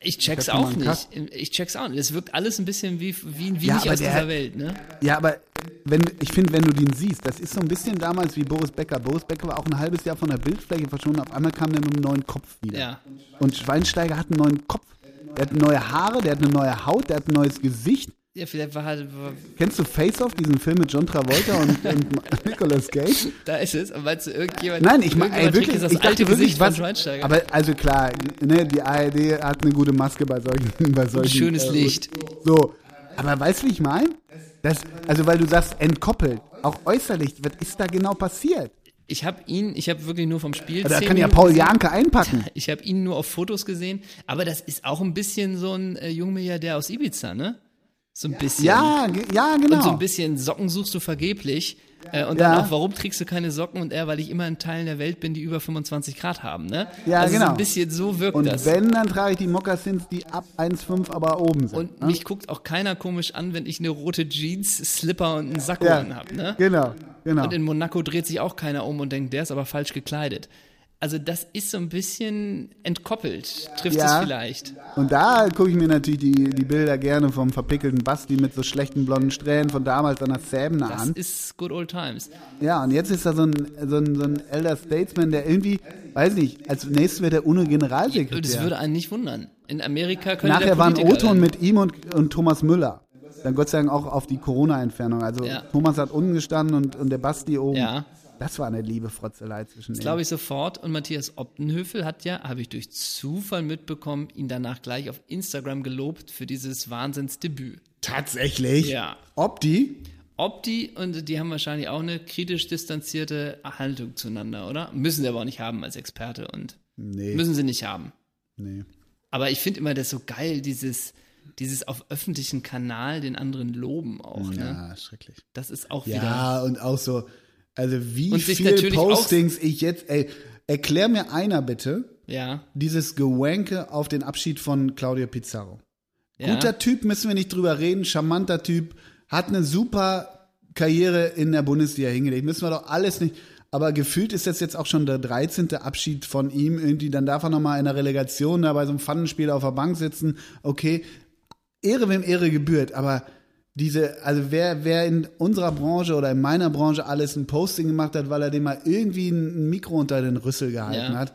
Speaker 1: ich check's
Speaker 2: Ich hab schon
Speaker 1: auch
Speaker 2: mal einen
Speaker 1: nicht. Ich check's auch nicht. Es wirkt alles ein bisschen wie, wie, wie
Speaker 2: Ja,
Speaker 1: nicht
Speaker 2: aber
Speaker 1: aus
Speaker 2: der
Speaker 1: dieser
Speaker 2: hat-
Speaker 1: Welt, ne?
Speaker 2: Ja, aber wenn, ich finde, wenn du den siehst, das ist so ein bisschen damals wie Boris Becker. Boris Becker war auch ein halbes Jahr von der Bildfläche verschwunden. Auf einmal kam der mit einem neuen Kopf wieder.
Speaker 1: Ja.
Speaker 2: Und Schweinsteiger hat einen neuen Kopf. Der hat neue Haare, der hat eine neue Haut, der hat ein neues Gesicht.
Speaker 1: Ja, vielleicht war halt, war,
Speaker 2: Kennst du Face Off, diesen Film mit John Travolta und, und Nicolas Cage?
Speaker 1: da ist es, aber meinst du, irgendjemand.
Speaker 2: Nein, ich meine,
Speaker 1: irgendjemand
Speaker 2: wirklich,
Speaker 1: schickt das
Speaker 2: ich dachte
Speaker 1: alte
Speaker 2: wirklich,
Speaker 1: Gesicht von
Speaker 2: was,
Speaker 1: Schweinsteiger.
Speaker 2: aber also klar, ne, die ARD hat eine gute Maske bei solchen, bei solchen.
Speaker 1: schönes
Speaker 2: äh,
Speaker 1: Licht.
Speaker 2: So, aber weißt du, wie ich meine? Das, also weil du sagst, entkoppelt, auch äußerlich, was ist da genau passiert?
Speaker 1: ich habe ihn, ich habe wirklich nur vom Spiel.
Speaker 2: Also, da
Speaker 1: zehn
Speaker 2: kann ja
Speaker 1: Minuten
Speaker 2: Paul
Speaker 1: gesehen.
Speaker 2: Janke einpacken.
Speaker 1: Ich habe ihn nur auf Fotos gesehen, aber das ist auch ein bisschen so ein äh, Jungmilliardär aus Ibiza, ne? So ein bisschen.
Speaker 2: Ja, ge- ja, genau.
Speaker 1: Und so ein bisschen Socken suchst du vergeblich. Äh, und
Speaker 2: Ja.
Speaker 1: dann auch, warum trägst du keine Socken? Und er, weil ich immer in Teilen der Welt bin, die über 25 Grad haben, ne?
Speaker 2: Ja,
Speaker 1: also So
Speaker 2: genau.
Speaker 1: ein bisschen so wirkt
Speaker 2: und
Speaker 1: das.
Speaker 2: wenn, dann trage ich die Moccasins, die ab 1,5 aber oben sind.
Speaker 1: und
Speaker 2: ne?
Speaker 1: mich guckt auch keiner komisch an, wenn ich eine rote Jeans, Slipper und einen Sakko
Speaker 2: ja.
Speaker 1: anhab, ne?
Speaker 2: Genau, genau.
Speaker 1: Und in Monaco dreht sich auch keiner um und denkt, der ist aber falsch gekleidet. Also das ist so ein bisschen entkoppelt, trifft
Speaker 2: Ja.
Speaker 1: es vielleicht.
Speaker 2: Und da gucke ich mir natürlich die, die Bilder gerne vom verpickelten Basti mit so schlechten blonden Strähnen von damals an der Säbene
Speaker 1: Das
Speaker 2: an.
Speaker 1: ist good old times.
Speaker 2: Ja, und jetzt ist da so ein, so ein, so ein Elder Statesman, der irgendwie, weiß nicht, als nächstes wäre der UNO
Speaker 1: Das
Speaker 2: Generalsekretär.
Speaker 1: würde einen nicht wundern. In Amerika könnte der
Speaker 2: Nachher war ein
Speaker 1: Politiker
Speaker 2: O-Ton
Speaker 1: werden.
Speaker 2: mit ihm und, und Thomas Müller. Dann Gott sei Dank auch auf die Corona-Entfernung. Also
Speaker 1: Ja.
Speaker 2: Thomas hat unten gestanden und, und der Basti oben.
Speaker 1: Ja.
Speaker 2: Das war eine liebe Frotzelei zwischen
Speaker 1: glaube
Speaker 2: denen.
Speaker 1: ich sofort. Und Matthias Optenhöfel hat ja, habe ich durch Zufall mitbekommen, ihn danach gleich auf Instagram gelobt für dieses Wahnsinnsdebüt.
Speaker 2: Tatsächlich?
Speaker 1: Ja.
Speaker 2: Opti?
Speaker 1: Opti und die haben wahrscheinlich auch eine kritisch distanzierte Haltung zueinander, oder? Müssen sie aber auch nicht haben als Experte und
Speaker 2: Nee.
Speaker 1: müssen sie nicht haben.
Speaker 2: nee.
Speaker 1: Aber ich finde immer das so geil, dieses, dieses auf öffentlichen Kanal den anderen loben auch. Ne?
Speaker 2: Ja, schrecklich.
Speaker 1: Das ist auch wieder.
Speaker 2: Ja, und auch so, also wie
Speaker 1: Und sich
Speaker 2: viele
Speaker 1: natürlich auch-
Speaker 2: Postings ich jetzt, ey, erklär mir einer bitte,
Speaker 1: Ja.
Speaker 2: dieses Gewanke auf den Abschied von Claudio Pizarro.
Speaker 1: ja.
Speaker 2: Guter Typ, müssen wir nicht drüber reden, charmanter Typ, hat eine super Karriere in der Bundesliga hingelegt, müssen wir doch alles nicht, aber gefühlt ist das jetzt auch schon der 13. Abschied von ihm, irgendwie, dann darf er nochmal in der Relegation da bei so einem Pfannenspiel auf der Bank sitzen, okay, Ehre wem Ehre gebührt, aber diese, also wer, wer in unserer Branche oder in meiner Branche alles ein Posting gemacht hat, weil er dem mal irgendwie ein Mikro unter den Rüssel gehalten
Speaker 1: Ja.
Speaker 2: hat,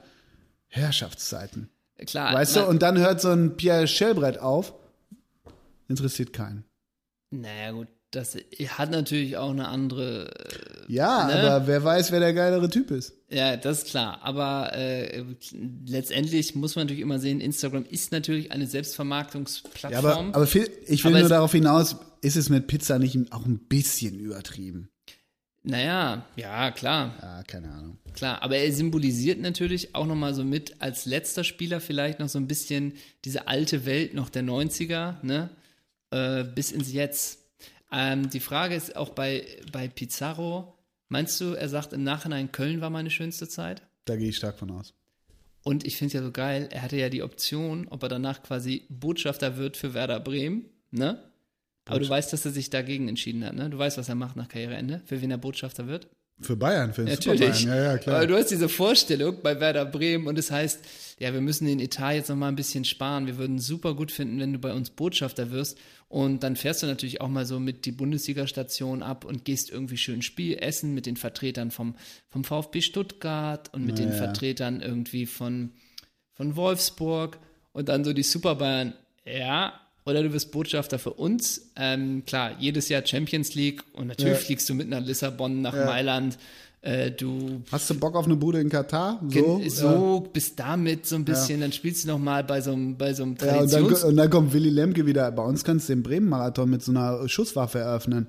Speaker 2: Herrschaftszeiten.
Speaker 1: Klar.
Speaker 2: Weißt
Speaker 1: man-
Speaker 2: du, und dann hört so ein Pierre Schellbrett auf. Interessiert keinen.
Speaker 1: Naja, gut. Das hat natürlich auch eine andere
Speaker 2: Ja,
Speaker 1: Ne?
Speaker 2: aber wer weiß, wer der geilere Typ ist.
Speaker 1: Ja, das ist klar. Aber äh, letztendlich muss man natürlich immer sehen, Instagram ist natürlich eine
Speaker 2: Ja,
Speaker 1: Selbstvermarktungsplattform.
Speaker 2: aber, aber viel, ich will
Speaker 1: Aber
Speaker 2: nur
Speaker 1: es-
Speaker 2: darauf hinaus, ist es mit Pizza nicht auch ein bisschen übertrieben?
Speaker 1: naja, ja, klar,
Speaker 2: Ja, keine Ahnung.
Speaker 1: klar. Aber er symbolisiert natürlich auch nochmal so mit als letzter Spieler vielleicht noch so ein bisschen diese alte Welt noch der 90er, ne? Äh, bis ins Jetzt. Ähm, die Frage ist auch bei, bei Pizarro, meinst du, er sagt im Nachhinein, Köln war meine schönste Zeit?
Speaker 2: Da gehe ich stark von aus.
Speaker 1: Und ich finde es ja so geil, er hatte ja die Option, ob er danach quasi Botschafter wird für Werder Bremen, ne? Aber du weißt, dass er sich dagegen entschieden hat, ne? Du weißt, was er macht nach Karriereende, für wen er Botschafter wird.
Speaker 2: Für Bayern, für den
Speaker 1: Natürlich.
Speaker 2: Superbayern. Ja, ja, klar.
Speaker 1: Aber du hast diese Vorstellung bei Werder Bremen und es heißt, ja, wir müssen den Etat jetzt nochmal ein bisschen sparen. Wir würden super gut finden, wenn du bei uns Botschafter wirst. Und dann fährst du natürlich auch mal so mit die Bundesliga-Station ab und gehst irgendwie schön Spiel essen mit den Vertretern vom, vom VfB Stuttgart und mit den
Speaker 2: Ja.
Speaker 1: Vertretern irgendwie von, von Wolfsburg und dann so die Super Bayern. Ja, oder du wirst Botschafter für uns. Ähm, klar, jedes Jahr Champions League und natürlich
Speaker 2: Ja.
Speaker 1: fliegst du mit nach Lissabon, nach Mailand. Äh, du
Speaker 2: Hast du Bock auf eine Bude in Katar? So,
Speaker 1: so, so bist damit so ein bisschen, dann spielst du nochmal bei so einem, bei so einem
Speaker 2: Ja, und, dann,
Speaker 1: Traditions...
Speaker 2: und dann kommt Willy Lemke wieder. Bei uns kannst du den Bremen-Marathon mit so einer Schusswaffe eröffnen.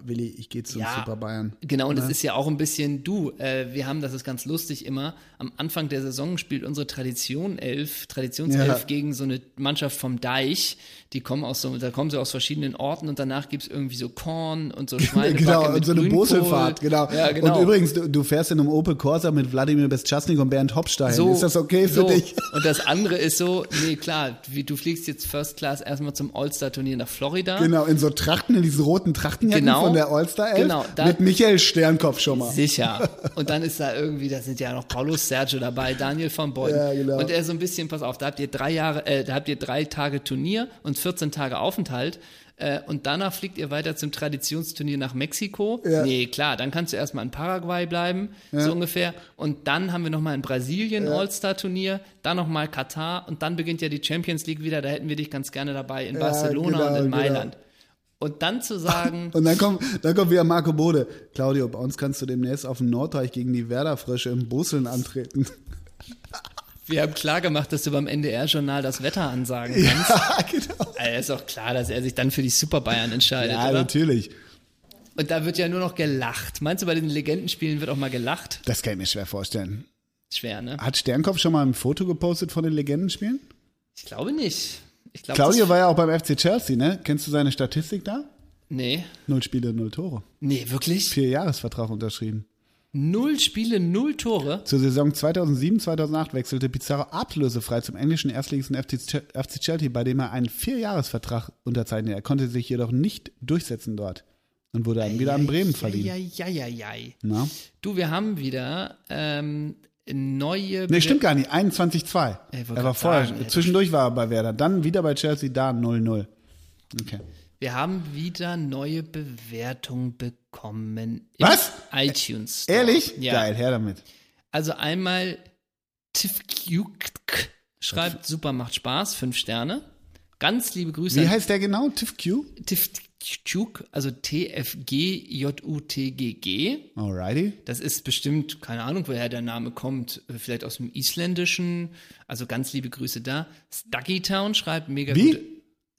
Speaker 2: Willy, ich gehe zum
Speaker 1: Ja.
Speaker 2: Super Bayern.
Speaker 1: Genau, und das ist ja auch ein bisschen du. Äh, wir haben, das ist ganz lustig immer, am Anfang der Saison spielt unsere Tradition elf, Traditionself
Speaker 2: Ja.
Speaker 1: gegen so eine Mannschaft vom Deich. Die kommen aus so, da kommen sie aus verschiedenen Orten und danach gibt's irgendwie so Korn und so Schweinebacke
Speaker 2: Genau,
Speaker 1: mit
Speaker 2: und so eine
Speaker 1: Grünkohl.
Speaker 2: Boselfahrt, genau.
Speaker 1: Ja, genau.
Speaker 2: Und übrigens, du, du fährst in einem Opel Corsa mit Wladimir Bestchastnik und Bernd Hopstein. ist das okay für
Speaker 1: so.
Speaker 2: dich?
Speaker 1: Und das andere ist so, nee, klar, wie, du fliegst jetzt First Class erstmal zum All-Star-Turnier nach Florida.
Speaker 2: Genau, in so Trachten, in diesen roten Trachtenjacken
Speaker 1: Genau.
Speaker 2: von der All-Star Elf
Speaker 1: Genau, da-
Speaker 2: mit Michael Sternkopf schon mal.
Speaker 1: Sicher. Und dann ist da irgendwie, da sind ja noch Paulo Sergio dabei, Daniel von Beuth.
Speaker 2: Ja, genau.
Speaker 1: Und er so ein bisschen, pass auf, da habt ihr drei Jahre, äh, da habt ihr drei Tage Turnier und 14 Tage Aufenthalt. Äh, und danach fliegt ihr weiter zum Traditionsturnier nach Mexiko.
Speaker 2: Ja.
Speaker 1: Nee, klar, dann kannst du erstmal in Paraguay bleiben, so ungefähr. Und dann haben wir nochmal in Brasilien All-Star-Turnier, dann nochmal Katar und dann beginnt ja die Champions League wieder. Da hätten wir dich ganz gerne dabei in Barcelona
Speaker 2: genau,
Speaker 1: und in
Speaker 2: genau.
Speaker 1: Mailand. Und dann zu sagen,
Speaker 2: Und dann kommt, dann kommt wieder Marco Bode. Claudio, bei uns kannst du demnächst auf dem Nordteich gegen die Werderfrösche im Busseln antreten.
Speaker 1: Wir haben klar gemacht, dass du beim NDR-Journal das Wetter ansagen kannst.
Speaker 2: ja, genau.
Speaker 1: Also ist auch klar, dass er sich dann für die Super Bayern entscheidet,
Speaker 2: Ja,
Speaker 1: oder?
Speaker 2: natürlich.
Speaker 1: Und da wird ja nur noch gelacht. Meinst du, bei den Legendenspielen wird auch mal gelacht?
Speaker 2: Das kann ich mir schwer vorstellen.
Speaker 1: Schwer, ne?
Speaker 2: Hat Sternkopf schon mal ein Foto gepostet von den Legendenspielen?
Speaker 1: Ich glaube nicht. Ich glaube,
Speaker 2: Claudio
Speaker 1: das-
Speaker 2: war ja auch beim FC Chelsea, ne? Kennst du seine Statistik da?
Speaker 1: Nee.
Speaker 2: Null Spiele, null Tore.
Speaker 1: Nee, wirklich?
Speaker 2: Vier Jahresvertrag unterschrieben.
Speaker 1: Null Spiele, null Tore?
Speaker 2: Zur Saison 2007, 2008 wechselte Pizarro ablösefrei zum englischen Erstligisten FC, Ch- FC Chelsea, bei dem er einen Vierjahresvertrag unterzeichnete. Er konnte sich jedoch nicht durchsetzen dort und wurde dann wieder an Bremen verliehen.
Speaker 1: Ja, ja, ja, ja. ja.
Speaker 2: Na?
Speaker 1: Du, wir haben wieder ähm, neue.
Speaker 2: Nee, stimmt gar nicht. 21-2.
Speaker 1: Ey, wollte
Speaker 2: Er war
Speaker 1: grad
Speaker 2: vorher,
Speaker 1: sagen, ey.
Speaker 2: zwischendurch war er bei Werder, dann wieder bei Chelsea, da 0-0. Okay.
Speaker 1: Wir haben wieder neue Bewertungen bekommen. im
Speaker 2: Was?
Speaker 1: iTunes. Store.
Speaker 2: Ehrlich?
Speaker 1: Ja.
Speaker 2: Geil, her damit.
Speaker 1: Also einmal Tifkjuk schreibt, super, macht Spaß, fünf Sterne. Ganz liebe Grüße
Speaker 2: Wie
Speaker 1: an
Speaker 2: heißt der genau? Tiff Q?
Speaker 1: Tifkjuk, also T-F-G-J-U-T-G-G.
Speaker 2: Alrighty.
Speaker 1: Das ist bestimmt, keine Ahnung, woher der Name kommt, äh, vielleicht aus dem Isländischen. Also ganz liebe Grüße da. Stuggy Town schreibt mega
Speaker 2: Wie?
Speaker 1: gute.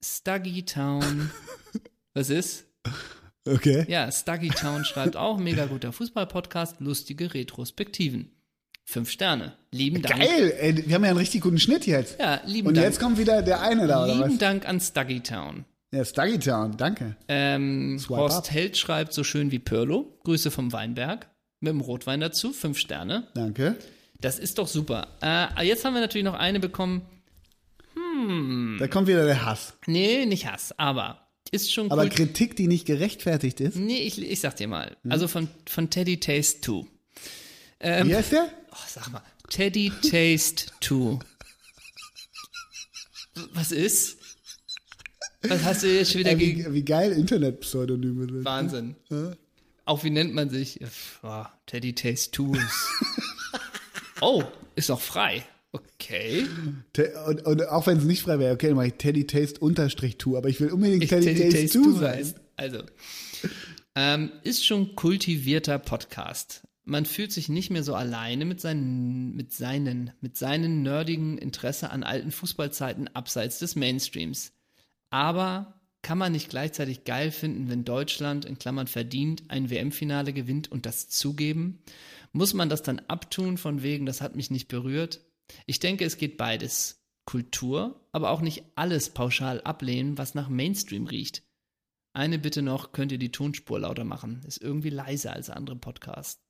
Speaker 1: Stuggy Town. Was ist?
Speaker 2: Okay.
Speaker 1: Ja, Stuggy Town schreibt auch, mega guter Fußball-Podcast, lustige Retrospektiven. Fünf Sterne. Lieben Dank.
Speaker 2: Geil, ey, wir haben ja einen richtig guten Schnitt jetzt.
Speaker 1: Ja, lieben
Speaker 2: Und
Speaker 1: Dank.
Speaker 2: jetzt kommt wieder der eine da, oder was?
Speaker 1: lieben Dank an Stuggy Town.
Speaker 2: Ja, Stuggy Town, danke.
Speaker 1: Ähm,
Speaker 2: Swipe
Speaker 1: Horst
Speaker 2: up.
Speaker 1: Held schreibt so schön wie Pirlo. Grüße vom Weinberg. Mit dem Rotwein dazu, fünf Sterne.
Speaker 2: Danke.
Speaker 1: Das ist doch super. Äh, jetzt haben wir natürlich noch eine bekommen.
Speaker 2: Da
Speaker 1: Mhm.
Speaker 2: kommt wieder der Hass.
Speaker 1: Nee, nicht Hass, aber ist schon
Speaker 2: Aber
Speaker 1: cool.
Speaker 2: Kritik, die nicht gerechtfertigt ist.
Speaker 1: Nee, ich, ich sag dir mal.
Speaker 2: Hm?
Speaker 1: Also von, von Teddy Taste 2.
Speaker 2: Wie heißt der?
Speaker 1: Oh, sag mal. Teddy Taste 2. Was ist? Was hast du jetzt schon wieder
Speaker 2: Ey,
Speaker 1: gegen
Speaker 2: Äh, wie, wie geil Internet-Pseudonyme sind.
Speaker 1: Wahnsinn. Auch wie nennt man sich? Pff, oh, Teddy Taste Tools. oh, ist noch frei. Okay.
Speaker 2: Te- Und, und auch wenn es nicht frei wäre, okay, dann mache ich Teddy Taste unterstrich 2, aber ich will unbedingt
Speaker 1: Ich
Speaker 2: Teddy, Taste 2 sein.
Speaker 1: heißt. Also. Ähm, ist schon kultivierter Podcast. Man fühlt sich nicht mehr so alleine mit seinen, mit seinen, mit seinen nerdigen Interesse an alten Fußballzeiten abseits des Mainstreams. Aber kann man nicht gleichzeitig geil finden, wenn Deutschland in Klammern verdient ein WM-Finale gewinnt und das zugeben? Muss man das dann abtun von wegen, das hat mich nicht berührt? Ich denke, es geht beides. Kultur, aber auch nicht alles pauschal ablehnen, was nach Mainstream riecht. Eine Bitte noch, könnt ihr die Tonspur lauter machen? Ist irgendwie leiser als andere Podcasts.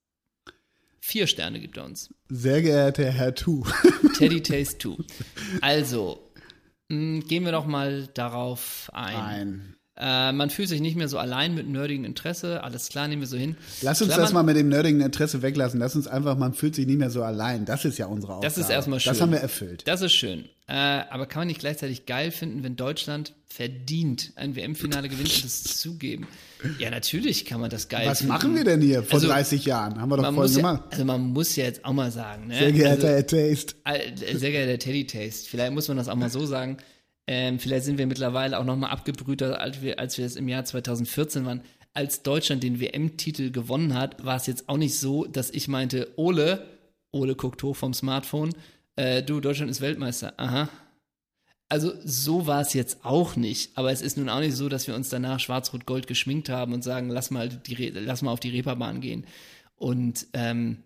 Speaker 1: Vier Sterne gibt er uns.
Speaker 2: Sehr geehrter Herr Tu.
Speaker 1: Teddy Taste mm, 2. Also, mh, gehen wir doch mal darauf ein.
Speaker 2: Nein.
Speaker 1: Äh, man fühlt sich nicht mehr so allein mit nerdigem Interesse. Alles klar, nehmen wir so hin.
Speaker 2: Lass uns
Speaker 1: Klammern-
Speaker 2: das mal mit dem nerdigen Interesse weglassen. Lass uns einfach, man fühlt sich nicht mehr so allein. Das ist ja unsere Aufgabe.
Speaker 1: Das ist erstmal schön.
Speaker 2: Das haben wir erfüllt.
Speaker 1: Das ist schön. Äh, aber kann man nicht gleichzeitig geil finden, wenn Deutschland verdient ein WM-Finale gewinnt und das zugeben? Ja, natürlich kann man das geil
Speaker 2: Was
Speaker 1: finden.
Speaker 2: machen wir denn hier vor
Speaker 1: Äh, Also,
Speaker 2: 30 Jahren? Haben wir doch
Speaker 1: Man
Speaker 2: vorhin
Speaker 1: muss ja,
Speaker 2: gemacht.
Speaker 1: also man muss ja jetzt auch mal sagen, ne?
Speaker 2: Sehr
Speaker 1: also,
Speaker 2: geehrter Herr Taste.
Speaker 1: Al- äh, Sehr geehrter Teddy Taste, vielleicht muss man das auch mal so sagen. Ähm, vielleicht sind wir mittlerweile auch nochmal abgebrühter, als wir, als wir es im Jahr 2014 waren. Als Deutschland den WM-Titel gewonnen hat, war es jetzt auch nicht so, dass ich meinte, Ole, Ole guckt hoch vom Smartphone, äh, du, Deutschland ist Weltmeister. Aha. Also so war es jetzt auch nicht, aber es ist nun auch nicht so, dass wir uns danach schwarz-rot-gold geschminkt haben und sagen, lass mal, die, Re- lass mal auf die Reeperbahn gehen. Und ähm,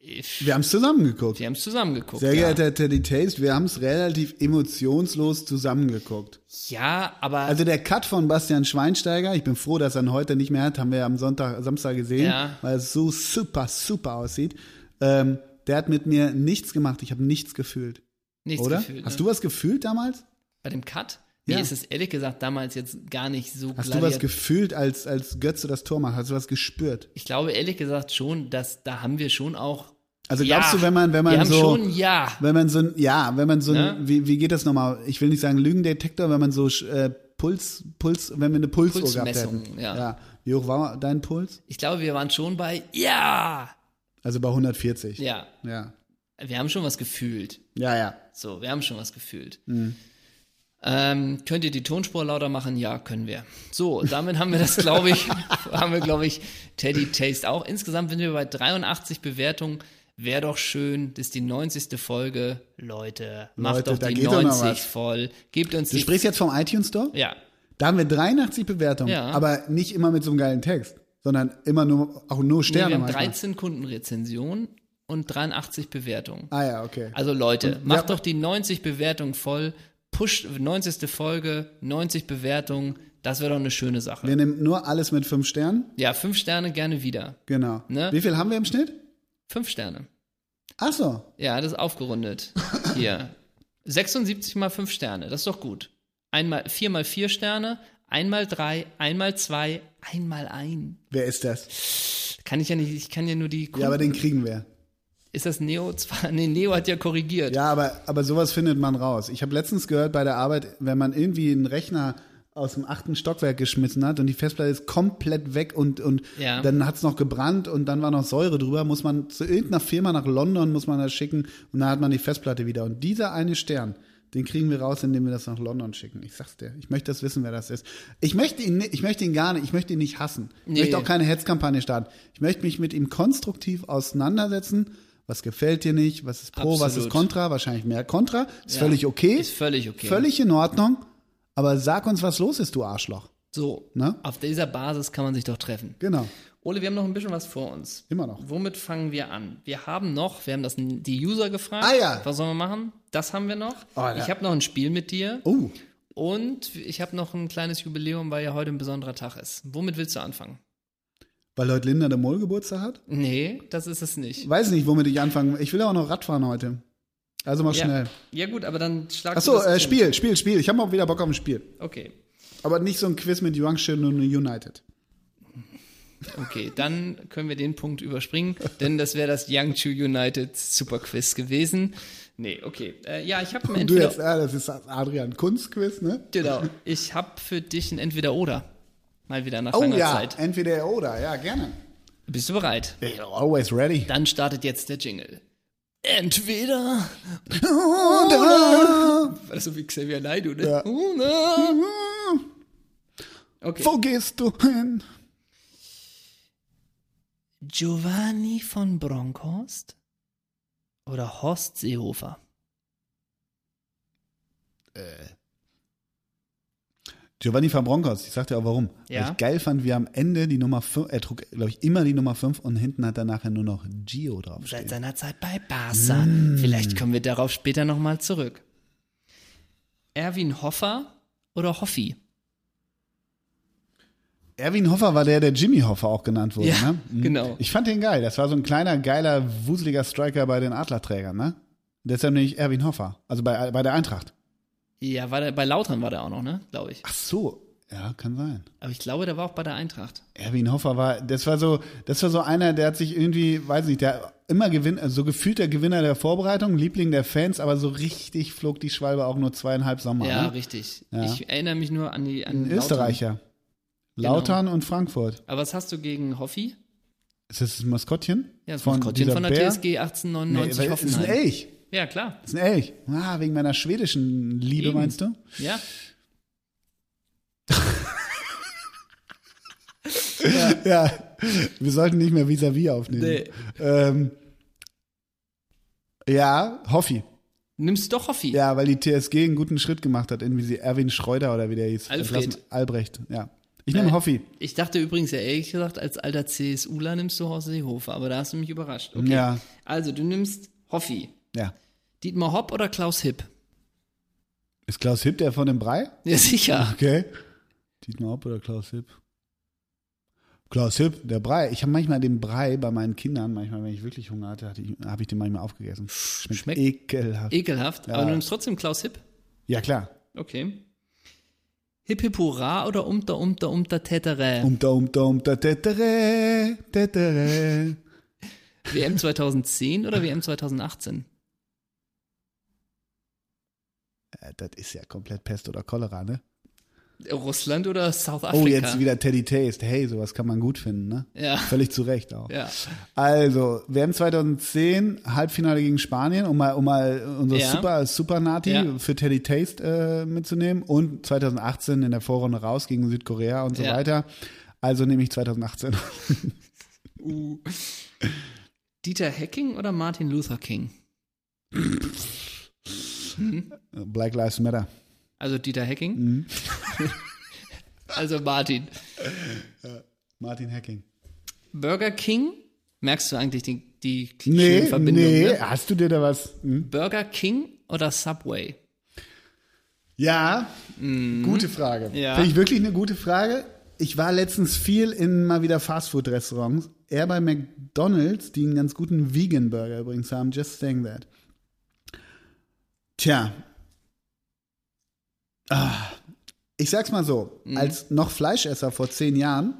Speaker 1: ich-
Speaker 2: Wir haben es zusammengeguckt.
Speaker 1: wir haben es zusammengeguckt.
Speaker 2: Sehr
Speaker 1: ja.
Speaker 2: geehrter Teddy Taste, wir haben es relativ emotionslos zusammengeguckt.
Speaker 1: Ja, aber
Speaker 2: Also der Cut von Bastian Schweinsteiger, ich bin froh, dass er ihn heute nicht mehr hat, haben wir ja am Sonntag, Samstag gesehen,
Speaker 1: Ja.
Speaker 2: weil es so super, super aussieht. Ähm, der hat mit mir nichts gemacht, ich habe nichts gefühlt,
Speaker 1: nichts
Speaker 2: oder?
Speaker 1: gefühlt.
Speaker 2: Hast
Speaker 1: ne?
Speaker 2: du was gefühlt damals?
Speaker 1: bei dem Cut?
Speaker 2: Ja.
Speaker 1: Mir ist es ehrlich gesagt damals jetzt gar nicht so
Speaker 2: Hast du
Speaker 1: gladiert-
Speaker 2: was gefühlt, als, als Götze das Tor macht? Hast du was gespürt?
Speaker 1: Ich glaube ehrlich gesagt schon, dass da haben wir schon auch.
Speaker 2: Also glaubst du, wenn man- wenn man
Speaker 1: wir haben
Speaker 2: so-
Speaker 1: schon ja.
Speaker 2: Wenn man so ein, ja, wenn man so ein,
Speaker 1: Ne?
Speaker 2: wie, wie geht das nochmal? Ich will nicht sagen Lügendetektor, wenn man so äh, Puls, Puls, wenn wir eine Pulsuhr gehabt
Speaker 1: Pulsmessung,
Speaker 2: hätten.
Speaker 1: ja.
Speaker 2: Wie hoch war dein Puls?
Speaker 1: Ich glaube, wir waren schon bei ja.
Speaker 2: Also bei 140.
Speaker 1: Ja,
Speaker 2: Ja,
Speaker 1: wir haben schon was gefühlt.
Speaker 2: ja. ja.
Speaker 1: So, wir haben schon was gefühlt.
Speaker 2: Mhm.
Speaker 1: Ähm, könnt ihr die Tonspur lauter machen? Ja, können wir. So, damit haben wir das, glaube ich, haben wir, glaube ich, Teddy Taste auch. Insgesamt sind wir bei 83 Bewertungen. Wäre doch schön, das ist die 90. Folge. Leute, macht
Speaker 2: Leute, da
Speaker 1: doch die
Speaker 2: geht doch noch
Speaker 1: 90
Speaker 2: was.
Speaker 1: voll. Gebt uns
Speaker 2: Du
Speaker 1: die.
Speaker 2: sprichst jetzt vom iTunes Store?
Speaker 1: Ja,
Speaker 2: Da haben wir 83 Bewertungen,
Speaker 1: Ja.
Speaker 2: aber nicht immer mit so einem geilen Text, sondern immer nur, auch nur
Speaker 1: nee, wir
Speaker 2: Sterne
Speaker 1: haben
Speaker 2: manchmal.
Speaker 1: 13 Kundenrezensionen und 83 Bewertungen.
Speaker 2: Ah ja, okay.
Speaker 1: Also Leute, macht
Speaker 2: wer-
Speaker 1: doch die 90 Bewertungen voll. Pusht 90. Folge, 90 Bewertungen. Das wäre doch eine schöne Sache.
Speaker 2: Wir nehmen nur alles mit fünf Sternen.
Speaker 1: Ja, fünf Sterne gerne wieder.
Speaker 2: Genau.
Speaker 1: Ne?
Speaker 2: Wie viel haben wir im Schnitt?
Speaker 1: Fünf Sterne.
Speaker 2: Ach so.
Speaker 1: Ja, das ist aufgerundet. Hier. 76 mal fünf Sterne, das ist doch gut. Einmal, vier mal vier Sterne, einmal drei, einmal zwei, einmal ein.
Speaker 2: Wer ist das?
Speaker 1: Kann ich ja nicht, ich kann ja nur die.
Speaker 2: Ja, aber den kriegen wir.
Speaker 1: ist das Neo? Zwar, nee, Neo hat ja korrigiert.
Speaker 2: Ja, aber, aber sowas findet man raus. Ich habe letztens gehört bei der Arbeit, wenn man irgendwie einen Rechner aus dem achten Stockwerk geschmissen hat und die Festplatte ist komplett weg und, und
Speaker 1: Ja.
Speaker 2: dann hat's noch gebrannt und dann war noch Säure drüber, muss man zu irgendeiner Firma nach London, muss man das schicken und dann hat man die Festplatte wieder. Und dieser eine Stern, den kriegen wir raus, indem wir das nach London schicken. Ich sag's dir, ich möchte das wissen, wer das ist. Ich möchte ihn, ni- ich möchte ihn gar nicht, ich möchte ihn nicht hassen. Ich
Speaker 1: Nee.
Speaker 2: möchte auch keine Hetzkampagne starten. Ich möchte mich mit ihm konstruktiv auseinandersetzen. Was gefällt dir nicht? Was ist pro? Was ist
Speaker 1: Absolut.
Speaker 2: kontra? Kontra, wahrscheinlich mehr Kontra. Ist
Speaker 1: Ja,
Speaker 2: völlig okay.
Speaker 1: Ist völlig okay.
Speaker 2: Völlig in Ordnung. Aber sag uns, was los ist, du Arschloch.
Speaker 1: So.
Speaker 2: Ne?
Speaker 1: Auf dieser Basis kann man sich doch treffen.
Speaker 2: Genau.
Speaker 1: Ole, wir haben noch ein bisschen was vor uns.
Speaker 2: Immer noch.
Speaker 1: Womit fangen wir an? Wir haben noch, wir haben das, die User gefragt.
Speaker 2: Ah, ja.
Speaker 1: Was sollen wir machen? Das haben wir noch.
Speaker 2: Oh, ja.
Speaker 1: ich habe noch ein Spiel mit dir.
Speaker 2: Oh,
Speaker 1: Und ich habe noch ein kleines Jubiläum, weil ja heute ein besonderer Tag ist. Womit willst du anfangen?
Speaker 2: weil heute Linda der Moll Geburtstag hat?
Speaker 1: Nee, das ist es nicht.
Speaker 2: Weiß nicht, womit ich anfangen Ich will aber noch Radfahren heute. Also mal
Speaker 1: Ja,
Speaker 2: schnell.
Speaker 1: ja gut, aber dann schlag
Speaker 2: Achso,
Speaker 1: das
Speaker 2: äh,
Speaker 1: Kind.
Speaker 2: Spiel, Spiel, Spiel. Ich habe mal wieder Bock auf ein Spiel.
Speaker 1: Okay,
Speaker 2: Aber nicht so ein Quiz mit Youngshire und United.
Speaker 1: okay, dann können wir den Punkt überspringen, denn das wäre das Yangchu United Super Quiz gewesen. Nee, okay. Äh, ja, ich habe ein
Speaker 2: Und du jetzt,
Speaker 1: Entweder...
Speaker 2: ja, das ist Adrian Kunstquiz, ne?
Speaker 1: Genau, ich habe für dich ein Entweder-Oder. Mal wieder nach
Speaker 2: Oh
Speaker 1: langer
Speaker 2: ja,
Speaker 1: Zeit.
Speaker 2: entweder oder, ja, gerne.
Speaker 1: Bist du bereit?
Speaker 2: Always ready.
Speaker 1: Dann startet jetzt der Jingle. Entweder.
Speaker 2: äh,
Speaker 1: War das so wie Xavier Naidoo, ne?
Speaker 2: Ja.
Speaker 1: Oder. Okay.
Speaker 2: Wo gehst du hin?
Speaker 1: Giovanni von Bronckhorst oder Horst Seehofer?
Speaker 2: Giovanni van Bronckhorst, ich sag dir auch warum.
Speaker 1: Ja.
Speaker 2: Weil ich geil fand, wie am Ende die Nummer 5, er trug, glaube ich, immer die Nummer 5 und hinten hat er nachher nur noch Gio
Speaker 1: Seit
Speaker 2: draufstehen.
Speaker 1: seiner Zeit bei Barca.
Speaker 2: Mm.
Speaker 1: Vielleicht kommen wir darauf später nochmal zurück. Erwin Hoffer oder Hoffi?
Speaker 2: Erwin Hoffer war der, der Jimmy Hoffer auch genannt wurde,
Speaker 1: Ja,
Speaker 2: ne? Mhm.
Speaker 1: genau.
Speaker 2: Ich fand den geil. Das war so ein kleiner, geiler, wuseliger Striker bei den Adlerträgern, ne? Deshalb nämlich Erwin Hoffer. Also bei, bei der Eintracht.
Speaker 1: Ja, war der, bei Lautern war der auch noch, ne? Glaube ich.
Speaker 2: Ach so. Ja, kann sein.
Speaker 1: Aber ich glaube, der war auch bei der Eintracht.
Speaker 2: Erwin Hoffer war, das war so, das war so einer, der hat sich irgendwie, weiß nicht, der immer gewinnt, also so gefühlt der Gewinner der Vorbereitung, Liebling der Fans, aber so richtig flog die Schwalbe auch nur zweieinhalb Sommer.
Speaker 1: Ja,
Speaker 2: ne?
Speaker 1: richtig.
Speaker 2: Ja.
Speaker 1: Ich erinnere mich nur an die an
Speaker 2: Ein
Speaker 1: Lautern.
Speaker 2: Österreicher.
Speaker 1: Genau.
Speaker 2: Lautern und Frankfurt.
Speaker 1: Aber was hast du gegen Hoffi?
Speaker 2: Ist das das Maskottchen?
Speaker 1: Ja, das Maskottchen
Speaker 2: dieser
Speaker 1: von der
Speaker 2: Bär?
Speaker 1: TSG
Speaker 2: Nee,
Speaker 1: 1899
Speaker 2: weil- ist ein
Speaker 1: Hoffenheim.
Speaker 2: Elch.
Speaker 1: Ja, klar.
Speaker 2: Ist ein Elch. Ah, wegen meiner schwedischen Liebe,
Speaker 1: Eben.
Speaker 2: meinst du?
Speaker 1: Ja.
Speaker 2: Ja, wir sollten nicht mehr vis-à-vis aufnehmen.
Speaker 1: Nee.
Speaker 2: Ähm, ja, Hoffi.
Speaker 1: Nimmst doch Hoffi.
Speaker 2: Ja, weil die TSG einen guten Schritt gemacht hat, irgendwie sie Erwin Schreuder oder wie der hieß.
Speaker 1: Alfred.
Speaker 2: Entlassen- Albrecht, ja. Ich nehme
Speaker 1: Äh.
Speaker 2: Hoffi.
Speaker 1: Ich dachte übrigens, ja, ehrlich gesagt, als alter CSUler nimmst du Horst Seehofer, aber da hast du mich überrascht. Okay.
Speaker 2: Ja,
Speaker 1: Also, du nimmst Hoffi.
Speaker 2: ja.
Speaker 1: Dietmar Hopp oder Klaus Hipp?
Speaker 2: Ist Klaus Hipp der von dem Brei?
Speaker 1: Ja, sicher.
Speaker 2: Okay. Dietmar Hopp oder Klaus Hipp? Klaus Hipp, der Brei. Ich habe manchmal den Brei bei meinen Kindern, manchmal, wenn ich wirklich Hunger hatte, hatte ich- habe ich den manchmal aufgegessen. Schmeckt,
Speaker 1: Schmeckt- e-
Speaker 2: ekelhaft.
Speaker 1: Ekelhaft.
Speaker 2: Ja.
Speaker 1: Aber du nimmst trotzdem Klaus Hipp.
Speaker 2: ja, klar.
Speaker 1: Okay. Hip Hip Hurra oder Umter Umter Umter Tätere?
Speaker 2: Um da, um da, um da, tetere, tetere.
Speaker 1: WM 2010 oder WM 2018?
Speaker 2: Äh, Das ist ja komplett Pest oder Cholera, ne?
Speaker 1: Russland oder South Africa?
Speaker 2: Oh, jetzt wieder Teddy Taste. Hey, sowas kann man gut finden, ne?
Speaker 1: Ja.
Speaker 2: Völlig zu Recht auch.
Speaker 1: Ja.
Speaker 2: Also, WM 2010, Halbfinale gegen Spanien, um mal, um mal unsere
Speaker 1: Ja.
Speaker 2: Super, Super Nati
Speaker 1: Ja.
Speaker 2: für Teddy Taste äh, mitzunehmen und 2018 in der Vorrunde raus gegen Südkorea und so
Speaker 1: Ja.
Speaker 2: weiter. Also nehme ich 2018.
Speaker 1: Uh. Dieter Hecking oder Martin Luther King?
Speaker 2: Black Lives Matter.
Speaker 1: Also Dieter Hecking?
Speaker 2: Mhm.
Speaker 1: also Martin.
Speaker 2: Martin Hacking.
Speaker 1: Burger King? Merkst du eigentlich die, die
Speaker 2: Nee,
Speaker 1: schönen Verbindungen?
Speaker 2: nee,
Speaker 1: Ne?
Speaker 2: hast du dir da was? Hm?
Speaker 1: Burger King oder Subway?
Speaker 2: Ja, gute Frage.
Speaker 1: Ja.
Speaker 2: Finde ich wirklich eine gute Frage. Ich war letztens viel in mal wieder Fastfood-Restaurants. Eher bei McDonalds, die einen ganz guten Vegan-Burger übrigens haben. Just saying that. Tja. Ah. Ich sag's mal so. Als noch Fleischesser vor zehn Jahren,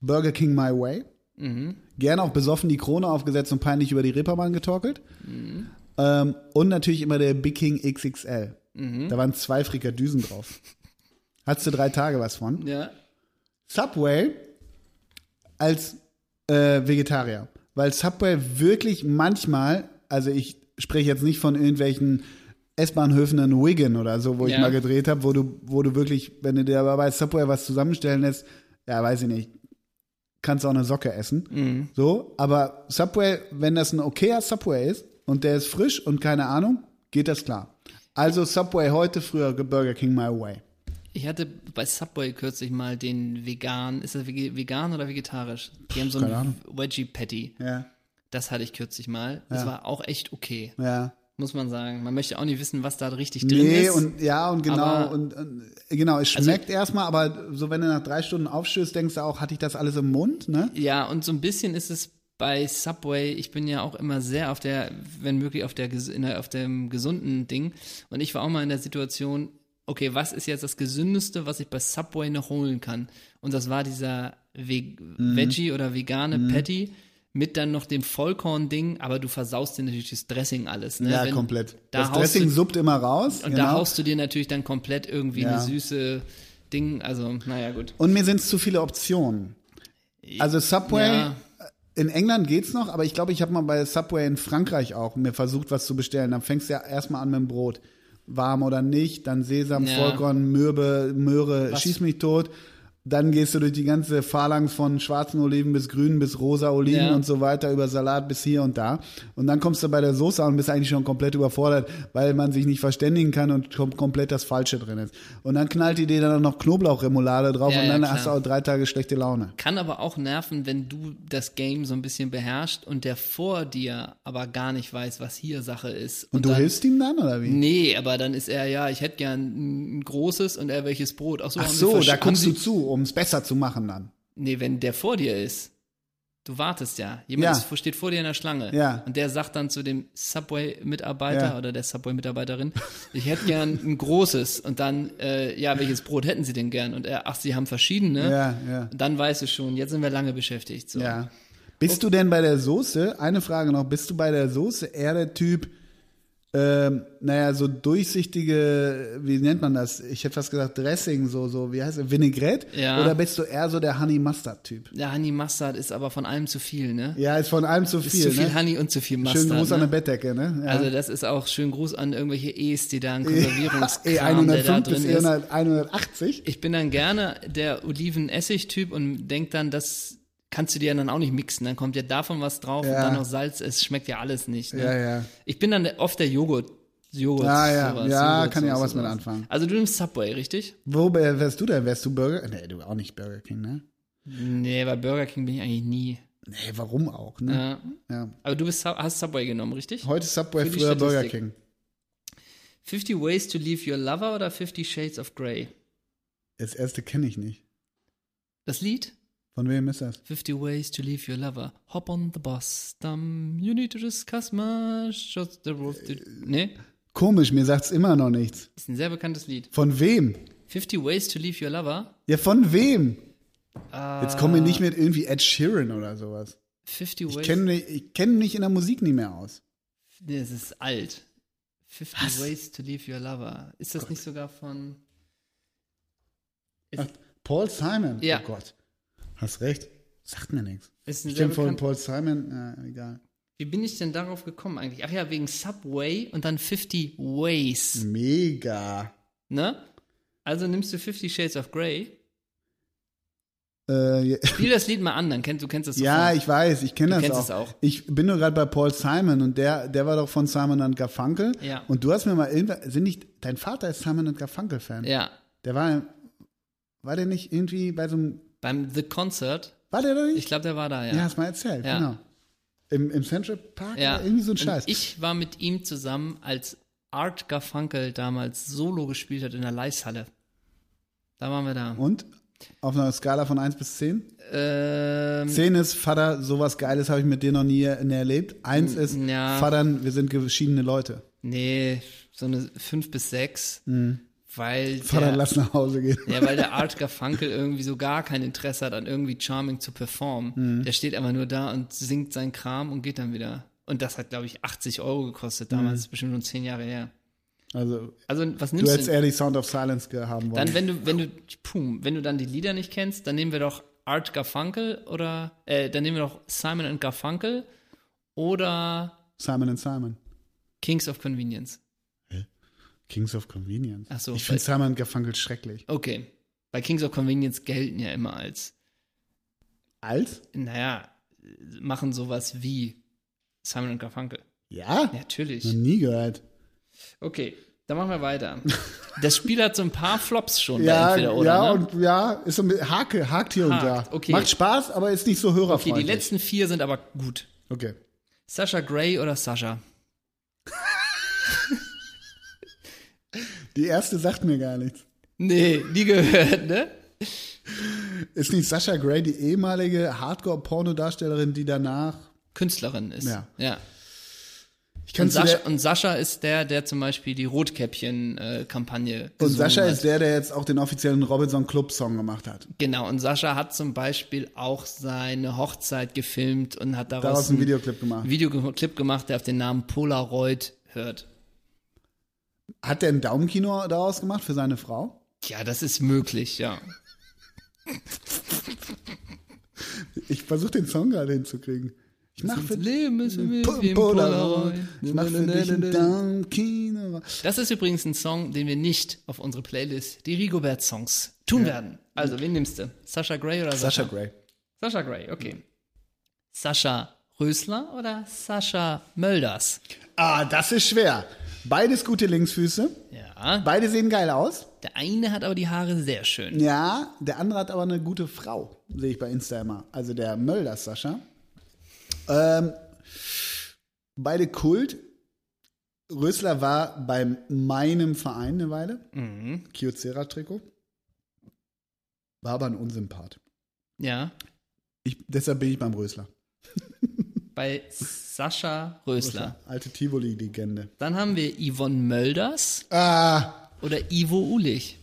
Speaker 2: Burger King My Way. Gerne auch besoffen die Krone aufgesetzt und peinlich über die Reeperbahn getorkelt. Ähm, und natürlich immer der Big King XXL. Da waren zwei Frikadüsen drauf. Hattest du drei Tage was von?
Speaker 1: Ja.
Speaker 2: Subway als äh, Vegetarier. Weil Subway wirklich manchmal, also ich spreche jetzt nicht von irgendwelchen S-Bahnhöfen in Wigan oder so, wo ich
Speaker 1: Ja.
Speaker 2: mal gedreht habe, wo du, wo du wirklich, wenn du dir aber bei Subway was zusammenstellen lässt, ja, weiß ich nicht, kannst du auch eine Socke essen. So, aber Subway, wenn das ein okayer Subway ist und der ist frisch und keine Ahnung, geht das klar. Also Subway heute, früher Burger King My Way.
Speaker 1: Ich hatte bei Subway kürzlich mal den vegan, ist das vege- vegan oder vegetarisch? Die haben so
Speaker 2: keine Ahnung.
Speaker 1: einen Veggie Patty.
Speaker 2: Ja,
Speaker 1: Das hatte ich kürzlich mal. Das war auch echt okay,
Speaker 2: ja.
Speaker 1: muss man sagen. Man möchte auch nicht wissen, was da richtig drin
Speaker 2: Nee,
Speaker 1: ist.
Speaker 2: und ja, und genau,
Speaker 1: aber- also
Speaker 2: und, und genau, es schmeckt erstmal, aber so wenn du nach drei Stunden aufstößt, denkst du auch, hatte ich das alles im Mund, ne?
Speaker 1: ja, und so ein bisschen ist es bei Subway, ich bin ja auch immer sehr auf der, wenn möglich, auf, der, ges- in der, auf dem gesunden Ding. Und ich war auch mal in der Situation, okay, was ist jetzt das Gesündeste, was ich bei Subway noch holen kann? Und das war dieser Ve
Speaker 2: Mhm.
Speaker 1: Veggie oder vegane Patty mit dann noch dem Vollkorn-Ding, aber du versaust dir natürlich das Dressing alles. Ne?
Speaker 2: Ja,
Speaker 1: Wenn-
Speaker 2: komplett.
Speaker 1: Da
Speaker 2: das
Speaker 1: haust
Speaker 2: Dressing
Speaker 1: du-
Speaker 2: suppt immer raus.
Speaker 1: Und da
Speaker 2: genau.
Speaker 1: haust du dir natürlich dann komplett irgendwie
Speaker 2: Ja.
Speaker 1: eine süße Ding, also naja gut.
Speaker 2: und mir sind es zu viele Optionen. Also Subway, äh,
Speaker 1: Ja.
Speaker 2: in England geht's noch, aber ich glaube, ich habe mal bei Subway in Frankreich auch mir versucht, was zu bestellen. Dann fängst du ja erstmal an mit dem Brot. Warm oder nicht, dann Sesam,
Speaker 1: Ja.
Speaker 2: Vollkorn, Mürbe, Möhre,
Speaker 1: Was-
Speaker 2: schieß mich tot. Dann gehst du durch die ganze Phalanx von schwarzen Oliven bis grünen bis rosa Oliven
Speaker 1: Ja.
Speaker 2: und so weiter, über Salat bis hier und da. Und dann kommst du bei der Soße an und bist eigentlich schon komplett überfordert, weil man sich nicht verständigen kann und kom komplett das Falsche drin ist. Und dann knallt die dir dann noch Knoblauchremoulade drauf
Speaker 1: Ja,
Speaker 2: und
Speaker 1: ja,
Speaker 2: dann
Speaker 1: klar.
Speaker 2: hast du auch drei Tage schlechte Laune.
Speaker 1: Kann aber auch nerven, wenn du das Game so ein bisschen beherrschst und der vor dir aber gar nicht weiß, was hier Sache ist.
Speaker 2: Und, du
Speaker 1: dann, Hm.
Speaker 2: hilfst ihm dann oder wie?
Speaker 1: Nee, aber dann ist er, ja, ich hätte gern ein ein großes und er welches Brot. Ach so,
Speaker 2: Ach
Speaker 1: haben Sie
Speaker 2: so,
Speaker 1: versch-
Speaker 2: da
Speaker 1: haben
Speaker 2: guckst du
Speaker 1: Sie-
Speaker 2: zu, um es besser zu machen dann.
Speaker 1: Nee, wenn der vor dir ist. Du wartest ja. Jemand
Speaker 2: Ja.
Speaker 1: ist, steht vor dir in der Schlange.
Speaker 2: Ja.
Speaker 1: Und der sagt dann zu dem Subway-Mitarbeiter
Speaker 2: Ja.
Speaker 1: oder der Subway-Mitarbeiterin, ich hätte gern ein großes. Und dann, äh, ja, welches Brot hätten Sie denn gern? Und er, ach, Sie haben verschiedene.
Speaker 2: Ja, ja.
Speaker 1: Und dann weißt du schon, jetzt sind wir lange beschäftigt. So.
Speaker 2: Ja. Bist du denn bei der Soße, eine Frage noch, bist du bei der Soße eher der Typ, ähm, naja, so durchsichtige, wie nennt man das? Ich hätte fast gesagt Dressing, so, so, wie heißt es, Vinaigrette?
Speaker 1: Ja.
Speaker 2: Oder bist du eher so der Honey Mustard Typ?
Speaker 1: Der Honey Mustard ist aber von allem zu viel, ne?
Speaker 2: Ja, ist von allem zu viel,
Speaker 1: Ist zu viel
Speaker 2: ne?
Speaker 1: Honey und zu viel Mustard.
Speaker 2: Schönen Gruß
Speaker 1: ne?
Speaker 2: an der Bettdecke, ne? Ja.
Speaker 1: Also das ist auch schön Gruß an irgendwelche E's, die da ein
Speaker 2: E
Speaker 1: Konservierungskram, der da
Speaker 2: E105
Speaker 1: drin
Speaker 2: eh, bis
Speaker 1: ist.
Speaker 2: E180.
Speaker 1: Ich bin dann gerne der Olivenessig-Typ und denk dann, das kannst du dir dann auch nicht mixen. Dann kommt ja davon was drauf und
Speaker 2: Ja.
Speaker 1: dann noch Salz. Es schmeckt ja alles nicht. Ne?
Speaker 2: Ja, ja.
Speaker 1: Ich bin dann oft der Joghurt. Joghurt
Speaker 2: Ja, ja.
Speaker 1: sowas,
Speaker 2: Ja,
Speaker 1: Joghurt,
Speaker 2: kann ich auch
Speaker 1: sowas,
Speaker 2: was mit
Speaker 1: sowas.
Speaker 2: anfangen.
Speaker 1: Also du nimmst Subway, richtig?
Speaker 2: Wo wär- wärst du denn? Wärst du Burger? Nee, du auch nicht Burger King, ne?
Speaker 1: Nee, bei Burger King bin ich eigentlich nie.
Speaker 2: Nee, warum auch, ne?
Speaker 1: Ja.
Speaker 2: Ja.
Speaker 1: Aber du bist, Sub- hast Subway genommen, richtig?
Speaker 2: Heute Subway,
Speaker 1: Für die
Speaker 2: früher Burger
Speaker 1: Statistik.
Speaker 2: King.
Speaker 1: 50 Ways to Leave Your Lover oder 50 Shades of Grey?
Speaker 2: Das erste kenne ich nicht.
Speaker 1: Das Lied?
Speaker 2: Von wem ist das?
Speaker 1: 50 Ways to Leave Your Lover. Hop on the bus. Dumb. You need to discuss much. Just the rules to... Nee,
Speaker 2: Komisch, mir sagt's immer noch nichts.
Speaker 1: ist ein sehr bekanntes Lied.
Speaker 2: Von wem?
Speaker 1: 50 Ways to Leave Your Lover.
Speaker 2: Ja, von wem?
Speaker 1: Äh,
Speaker 2: Jetzt kommen wir nicht mit irgendwie Ed Sheeran oder sowas.
Speaker 1: 50 Ways...
Speaker 2: Ich kenne mich, ich kenn mich in der Musik nie mehr aus.
Speaker 1: nee, es ist alt. 50 Ways to Leave Your Lover. Ist das nicht sogar von...
Speaker 2: Ach, Paul Simon.
Speaker 1: Ja.
Speaker 2: Oh Gott. Hast recht. Sagt mir nichts.
Speaker 1: Ist ein
Speaker 2: Ich
Speaker 1: sehr
Speaker 2: kenne von
Speaker 1: bekannt-
Speaker 2: Paul Simon. Ja, egal.
Speaker 1: Wie bin ich denn darauf gekommen eigentlich? Ach ja, wegen Subway und dann 50 Ways.
Speaker 2: Mega.
Speaker 1: Ne? Also nimmst du 50 Shades of Grey.
Speaker 2: Äh, ja,
Speaker 1: Spiel das Lied mal an, dann kennst du kennst das
Speaker 2: ja,
Speaker 1: sofort.
Speaker 2: ich weiß, ich kenne
Speaker 1: Du
Speaker 2: das
Speaker 1: kennst
Speaker 2: auch.
Speaker 1: es auch.
Speaker 2: Ich bin nur gerade bei Paul Simon und der, der war doch von Simon und Garfunkel.
Speaker 1: Ja.
Speaker 2: Und du hast mir mal irgendwann, sind nicht, dein Vater ist Simon und Garfunkel-Fan.
Speaker 1: Ja.
Speaker 2: Der war, war der nicht irgendwie bei so einem,
Speaker 1: Beim The Concert,
Speaker 2: war der da nicht?
Speaker 1: ich glaube, der war da, ja.
Speaker 2: ja, hast mal erzählt,
Speaker 1: Ja.
Speaker 2: genau. Im, Im Central Park
Speaker 1: Ja.
Speaker 2: oder irgendwie so ein Scheiß.
Speaker 1: Und ich war mit ihm zusammen, als Art Garfunkel damals Solo gespielt hat in der Leishalle. Da waren wir da.
Speaker 2: und? Auf einer Skala von 1 bis 10?
Speaker 1: Ähm,
Speaker 2: 10 ist, Vater, sowas Geiles habe ich mit dir noch nie erlebt. 1 ist,
Speaker 1: ja.
Speaker 2: Vater, wir sind geschiedene Leute.
Speaker 1: nee, so eine 5 bis 6.
Speaker 2: Mhm.
Speaker 1: Weil
Speaker 2: Vater,
Speaker 1: der,
Speaker 2: lass nach Hause gehen.
Speaker 1: ja, weil der Art Garfunkel irgendwie so gar kein Interesse hat, an irgendwie Charming zu performen.
Speaker 2: Mhm.
Speaker 1: Der steht einfach nur da und singt seinen Kram und geht dann wieder. Und das hat, glaube ich, 80 Euro gekostet damals. Das ist bestimmt schon 10 Jahre her.
Speaker 2: Also,
Speaker 1: Also, was
Speaker 2: Mhm. du
Speaker 1: nimmst
Speaker 2: hättest
Speaker 1: denn?
Speaker 2: eher die Sound of Silence ge- haben wollen.
Speaker 1: Dann, wenn du, wenn du, pum, wenn du dann die Lieder nicht kennst, dann nehmen wir doch Art Garfunkel oder, äh, dann nehmen wir doch Simon and Garfunkel oder
Speaker 2: Simon and Simon.
Speaker 1: Kings of Convenience.
Speaker 2: Kings of Convenience.
Speaker 1: Ach so,
Speaker 2: ich finde Simon und Garfunkel schrecklich.
Speaker 1: Okay. Bei Kings of Convenience gelten ja immer als,
Speaker 2: Als?
Speaker 1: naja, machen sowas wie Simon und Garfunkel.
Speaker 2: Ja? Noch
Speaker 1: Natürlich.
Speaker 2: nie gehört.
Speaker 1: Okay, dann machen wir weiter. Das Spiel hat so ein paar Flops schon.
Speaker 2: Ja,
Speaker 1: da entweder, oder,
Speaker 2: ja
Speaker 1: ne?
Speaker 2: und ja, ist so mit Hake, hakt hier
Speaker 1: Hakt,
Speaker 2: und da.
Speaker 1: okay.
Speaker 2: Macht Spaß, aber ist nicht so
Speaker 1: okay, die
Speaker 2: hörerfreundlich.
Speaker 1: letzten vier sind aber gut.
Speaker 2: okay.
Speaker 1: Sasha Gray oder Sasha?
Speaker 2: Die erste sagt mir gar nichts.
Speaker 1: Nee, nie gehört, ne?
Speaker 2: Ist nicht Sasha Gray die ehemalige Hardcore-Pornodarstellerin, die danach.
Speaker 1: Künstlerin ist.
Speaker 2: Ja.
Speaker 1: ja.
Speaker 2: Ich
Speaker 1: Und
Speaker 2: kann zu
Speaker 1: Sascha,
Speaker 2: der,
Speaker 1: und Sascha ist der, der zum Beispiel die Rotkäppchen-Kampagne
Speaker 2: und Sascha ist der, der jetzt auch den offiziellen Robinson Club-Song gemacht hat.
Speaker 1: Genau, und Sascha hat zum Beispiel auch seine Hochzeit gefilmt und hat daraus,
Speaker 2: Daraus einen Videoclip gemacht.
Speaker 1: Videoclip gemacht, der auf den Namen Polaroid hört.
Speaker 2: Hat der ein Daumenkino daraus gemacht für seine Frau?
Speaker 1: Ja, das ist möglich, ja.
Speaker 2: Ich versuche den Song gerade hinzukriegen. Ich mache für,
Speaker 1: Leben ist für mich
Speaker 2: Po-
Speaker 1: wie ein
Speaker 2: Polaroid.
Speaker 1: Polaroid.
Speaker 2: Ich mach für dich ein Daumenkino.
Speaker 1: Das ist übrigens ein Song, den wir nicht auf unsere Playlist, die Rigobert-Songs, tun werden. Also, wen nimmst du? Sascha Gray oder Sascha?
Speaker 2: Sascha Gray.
Speaker 1: Sascha Gray, okay. Hm. Sascha Rösler oder Sascha Mölders?
Speaker 2: Ah, das ist schwer. Beides gute Linksfüße.
Speaker 1: Ja.
Speaker 2: Beide sehen geil aus.
Speaker 1: Der eine hat aber die Haare sehr schön.
Speaker 2: Ja, der andere hat aber eine gute Frau, sehe ich bei Insta immer. Also der Mölder Sascha. Ähm, beide Kult. Rösler war bei meinem Verein eine Weile.
Speaker 1: Mhm.
Speaker 2: Kyocera-Trikot. War aber ein Unsympath.
Speaker 1: Ja.
Speaker 2: Ich, deshalb bin ich beim Rösler.
Speaker 1: Bei Sascha Rösler.
Speaker 2: Alte Tivoli-Legende.
Speaker 1: Dann haben wir Yvonne Mölders
Speaker 2: Ah,
Speaker 1: oder Ivo Ulich.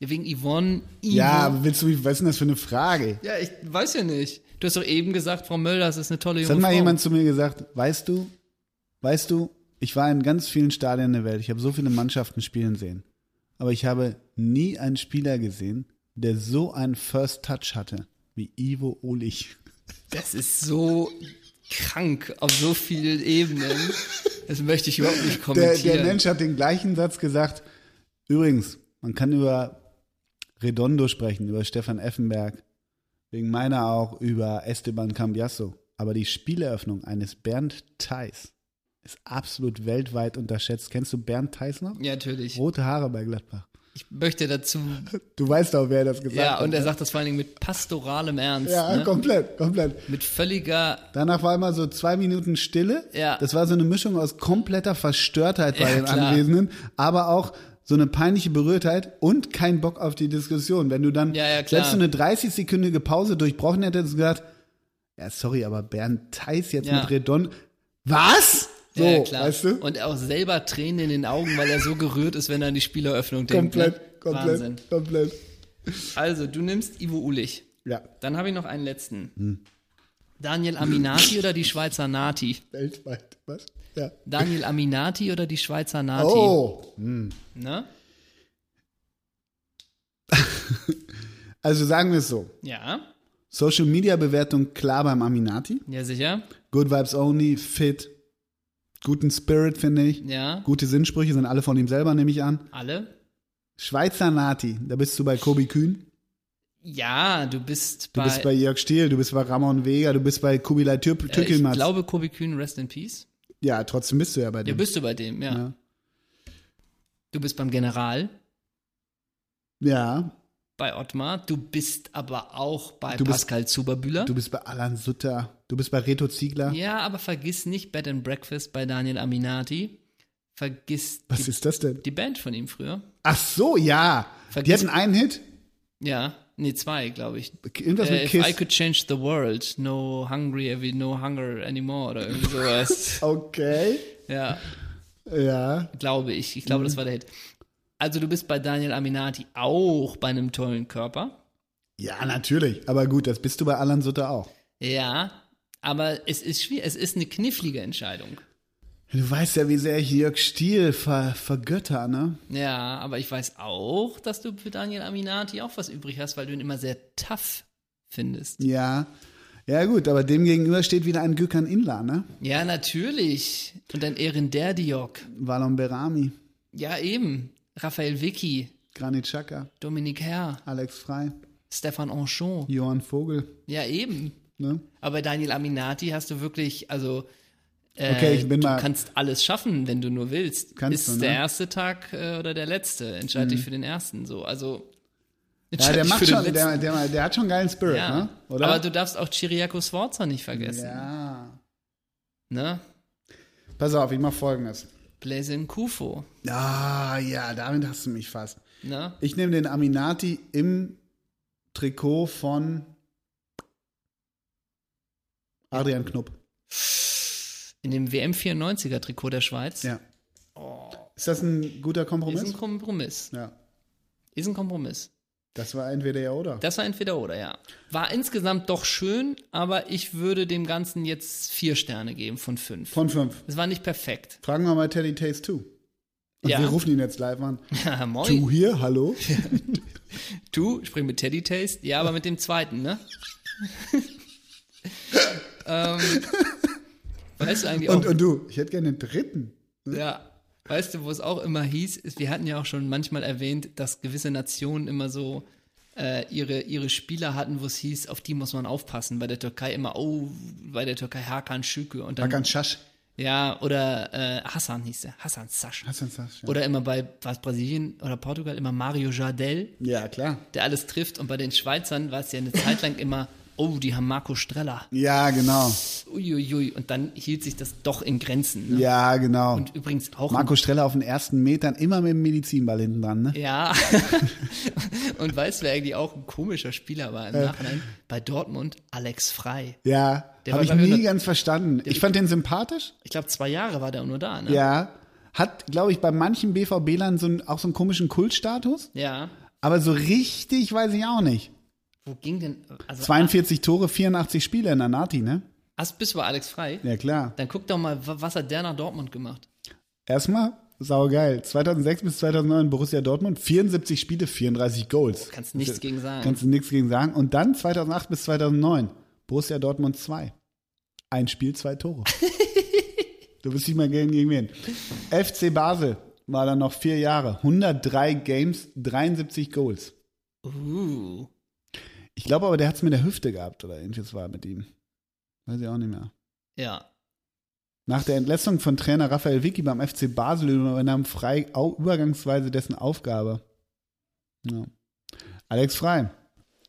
Speaker 1: Wegen Yvonne, Ivo.
Speaker 2: ja, aber willst du mich, was ist denn das für eine Frage?
Speaker 1: Ja, ich weiß ja nicht. Du hast doch eben gesagt, Frau Mölders ist eine tolle
Speaker 2: Es
Speaker 1: junge
Speaker 2: hat mal
Speaker 1: Frau.
Speaker 2: jemand zu mir gesagt, weißt du, weißt du, ich war in ganz vielen Stadien der Welt, ich habe so viele Mannschaften spielen sehen, aber ich habe nie einen Spieler gesehen, der so einen First Touch hatte wie Ivo Ulich.
Speaker 1: Das ist so krank auf so vielen Ebenen. Das möchte ich überhaupt nicht
Speaker 2: Der,
Speaker 1: kommentieren.
Speaker 2: der Mensch hat den gleichen Satz gesagt. Übrigens, man kann über Redondo sprechen, über Stefan Effenberg, wegen meiner auch über Esteban Cambiasso. Aber die Spieleröffnung eines Bernd Theis ist absolut weltweit unterschätzt. Kennst du Bernd Theis noch?
Speaker 1: ja, natürlich.
Speaker 2: Rote Haare bei Gladbach.
Speaker 1: Ich möchte dazu.
Speaker 2: Du weißt auch, wer das gesagt
Speaker 1: Ja,
Speaker 2: hat.
Speaker 1: und er sagt das vor allen Dingen mit pastoralem Ernst.
Speaker 2: ne? ja,
Speaker 1: ne?
Speaker 2: komplett, komplett.
Speaker 1: Mit völliger.
Speaker 2: Danach war immer so zwei Minuten Stille.
Speaker 1: Ja.
Speaker 2: Das war so eine Mischung aus kompletter Verstörtheit bei
Speaker 1: Ja,
Speaker 2: den
Speaker 1: klar.
Speaker 2: Anwesenden, aber auch so eine peinliche Berührtheit und kein Bock auf die Diskussion. Wenn du dann
Speaker 1: Ja, ja, klar.
Speaker 2: selbst so eine 30-sekündige Pause durchbrochen hättest und gesagt, ja, sorry, aber Bernd Theiss jetzt
Speaker 1: Ja.
Speaker 2: mit Redon, was? So,
Speaker 1: ja, klar. ne?
Speaker 2: weißt du?
Speaker 1: Und auch selber Tränen in den Augen, weil er so gerührt ist, wenn er an die Spieleröffnung denkt. ne?
Speaker 2: komplett, komplett,
Speaker 1: Wahnsinn.
Speaker 2: komplett.
Speaker 1: Also, du nimmst Ivo Ulich.
Speaker 2: Ja,
Speaker 1: Dann habe ich noch einen letzten.
Speaker 2: Hm.
Speaker 1: Daniel Aminati oder die Schweizer Nati?
Speaker 2: weltweit, was? Ja.
Speaker 1: Daniel Aminati oder die Schweizer Nati?
Speaker 2: Oh,
Speaker 1: Ne?
Speaker 2: also sagen wir es so.
Speaker 1: Ja,
Speaker 2: Social Media Bewertung klar beim Aminati.
Speaker 1: ja sicher.
Speaker 2: Good Vibes Only, fit, guten Spirit, finde ich.
Speaker 1: Ja,
Speaker 2: Gute Sinnsprüche sind alle von ihm selber, nehme ich an.
Speaker 1: alle.
Speaker 2: Schweizer Nati, da bist du bei Kobi Kühn,
Speaker 1: Ja, du bist
Speaker 2: du
Speaker 1: bei.
Speaker 2: bist bei Jörg Stiel, du bist bei Ramon Vega, du bist bei Kubilai Tür
Speaker 1: äh, ich
Speaker 2: Türkilmaz.
Speaker 1: glaube, Kobi Kühn, rest in peace.
Speaker 2: ja, trotzdem bist du ja bei
Speaker 1: Ja,
Speaker 2: dem. ne?
Speaker 1: bist du bei dem, ja.
Speaker 2: Ja.
Speaker 1: Du bist beim General,
Speaker 2: ja,
Speaker 1: bei Ottmar. Du bist aber auch bei
Speaker 2: Du bist-
Speaker 1: Pascal Zuberbühler.
Speaker 2: du bist bei Alan Sutter, du bist bei Reto Ziegler.
Speaker 1: Ja, aber vergiss nicht Bed and Breakfast bei Daniel Aminati. Vergiss
Speaker 2: Was
Speaker 1: die,
Speaker 2: ist das denn?
Speaker 1: die Band von ihm früher.
Speaker 2: Ach so, ja. Die
Speaker 1: Vergiss-
Speaker 2: hatten einen Hit.
Speaker 1: Ja, nee, zwei, glaube ich.
Speaker 2: Irgendwas
Speaker 1: Äh,
Speaker 2: mit
Speaker 1: if I
Speaker 2: Kiss.
Speaker 1: could change the world, no hungry, every no hunger anymore oder irgendwie sowas.
Speaker 2: Okay.
Speaker 1: ja,
Speaker 2: Ja.
Speaker 1: glaube ich. Ich glaube, das war der Hit. Also du bist bei Daniel Aminati auch bei einem tollen Körper.
Speaker 2: Ja, natürlich. Aber gut, das bist du bei Alan Sutter auch.
Speaker 1: Ja, aber es ist schwierig. Es ist eine knifflige Entscheidung.
Speaker 2: Du weißt ja, wie sehr ich Jörg Stiel ver vergötter, ne?
Speaker 1: Ja, aber ich weiß auch, dass du für Daniel Aminati auch was übrig hast, weil du ihn immer sehr tough findest.
Speaker 2: Ja. Ja, gut, aber dem gegenüber steht wieder ein Gökhan Inla, ne?
Speaker 1: Ja, natürlich. Und dann Ehren Derdiok.
Speaker 2: Valon Berami,
Speaker 1: Ja, eben. Raphael Vicky,
Speaker 2: Granit Xhaka,
Speaker 1: Dominik Herr,
Speaker 2: Alex Frei,
Speaker 1: Stefan Anchon.
Speaker 2: Johann Vogel,
Speaker 1: Ja, eben.
Speaker 2: ne?
Speaker 1: Aber bei Daniel Aminati hast du wirklich, also äh,
Speaker 2: Okay, ich bin
Speaker 1: du
Speaker 2: mal-
Speaker 1: kannst alles schaffen, wenn du nur willst. ist
Speaker 2: Kannst du, ne? Mhm.
Speaker 1: der erste Tag äh, oder der letzte? Entscheide dich für den ersten. So, also
Speaker 2: Ja,
Speaker 1: entscheid
Speaker 2: der
Speaker 1: dich
Speaker 2: macht
Speaker 1: für den
Speaker 2: schon,
Speaker 1: letzten.
Speaker 2: der, der, der hat schon geilen Spirit,
Speaker 1: ja.
Speaker 2: ne? Oder?
Speaker 1: Aber du darfst auch Chiriaco Sforza nicht vergessen.
Speaker 2: ja.
Speaker 1: Ne?
Speaker 2: Pass auf, ich mach folgendes.
Speaker 1: Blazin Kufo.
Speaker 2: Ah, ja, damit hast du mich fast.
Speaker 1: Ne?
Speaker 2: Ich nehme den Aminati im Trikot von Adrian Knupp.
Speaker 1: In dem WM 94er Trikot der Schweiz.
Speaker 2: Ja. Ist das ein guter Kompromiss?
Speaker 1: Oh. Ist ein Kompromiss.
Speaker 2: ja.
Speaker 1: Ist ein Kompromiss.
Speaker 2: Das war entweder ja oder.
Speaker 1: Das war entweder oder, ja. War insgesamt doch schön, aber ich würde dem Ganzen jetzt vier Sterne geben von fünf.
Speaker 2: Von fünf.
Speaker 1: Es war nicht perfekt.
Speaker 2: Fragen wir mal Teddy Taste 2. Und
Speaker 1: Ja.
Speaker 2: wir rufen ihn jetzt live an.
Speaker 1: Ja, moin.
Speaker 2: Du hier, hallo?
Speaker 1: Du, spring mit Teddy Taste. Ja, aber mit dem zweiten, ne? ähm, weißt du eigentlich
Speaker 2: Und,
Speaker 1: auch,
Speaker 2: und du, ich hätte gerne den dritten.
Speaker 1: ja, weißt du, wo es auch immer hieß, ist, wir hatten ja auch schon manchmal erwähnt, dass gewisse Nationen immer so äh, ihre, ihre Spieler hatten, wo es hieß, auf die muss man aufpassen. Bei der Türkei immer, oh, bei der Türkei Hakan Şükür und dann,
Speaker 2: Hakan Schasch.
Speaker 1: ja, oder äh, Hassan hieß er, Hassan Sasch.
Speaker 2: Hakan Schasch. Ja.
Speaker 1: Oder immer bei, was Brasilien oder Portugal, immer Mario Jardel.
Speaker 2: ja, klar.
Speaker 1: der alles trifft. Und bei den Schweizern war es ja eine Zeit lang immer oh, die haben Marco Streller.
Speaker 2: Ja, genau.
Speaker 1: Uiuiui. Und dann hielt sich das doch in Grenzen. Ne?
Speaker 2: Ja, genau.
Speaker 1: Und übrigens auch.
Speaker 2: Marco Streller auf den ersten Metern immer mit dem Medizinball hinten dran, ne?
Speaker 1: Ja. Und weißt du, wer eigentlich auch ein komischer Spieler war
Speaker 2: Äh.
Speaker 1: im Nachhinein? Bei Dortmund Alex Frei.
Speaker 2: Ja.
Speaker 1: Der war,
Speaker 2: Habe ich
Speaker 1: glaub ich,
Speaker 2: nie
Speaker 1: unter-
Speaker 2: ganz verstanden. Ich fand den sympathisch.
Speaker 1: Ich glaube, zwei Jahre war der nur da, ne?
Speaker 2: Ja. Hat, glaube ich, bei manchen BVB-Lern so einen- auch so einen komischen Kultstatus.
Speaker 1: Ja.
Speaker 2: Aber so richtig weiß ich auch nicht.
Speaker 1: Wo ging denn. Also,
Speaker 2: 42 Tore, 84 Spiele in der Nati, ne?
Speaker 1: Aspis war Alex Frei.
Speaker 2: Ja, klar.
Speaker 1: Dann guck doch mal, wa- was hat der nach Dortmund gemacht?
Speaker 2: Erstmal, saugeil. 2006 bis 2009 Borussia Dortmund, 74 Spiele, 34 Goals.
Speaker 1: Kannst nichts gegen sagen.
Speaker 2: Kannst du nichts gegen sagen. Und dann 2008 bis 2009 Borussia Dortmund 2. Ein Spiel, zwei Tore. du bist nicht mal gegen, gegen wen. FC Basel war dann noch vier Jahre. 103 Games, 73 Goals.
Speaker 1: uh.
Speaker 2: Ich glaube aber, der hat es mit der Hüfte gehabt oder ähnliches war mit ihm. Weiß ich auch nicht mehr.
Speaker 1: Ja.
Speaker 2: Nach der Entlassung von Trainer Raphael Vicky beim FC Basel übernahm Frei au- übergangsweise dessen Aufgabe. Ja. Alex Frei.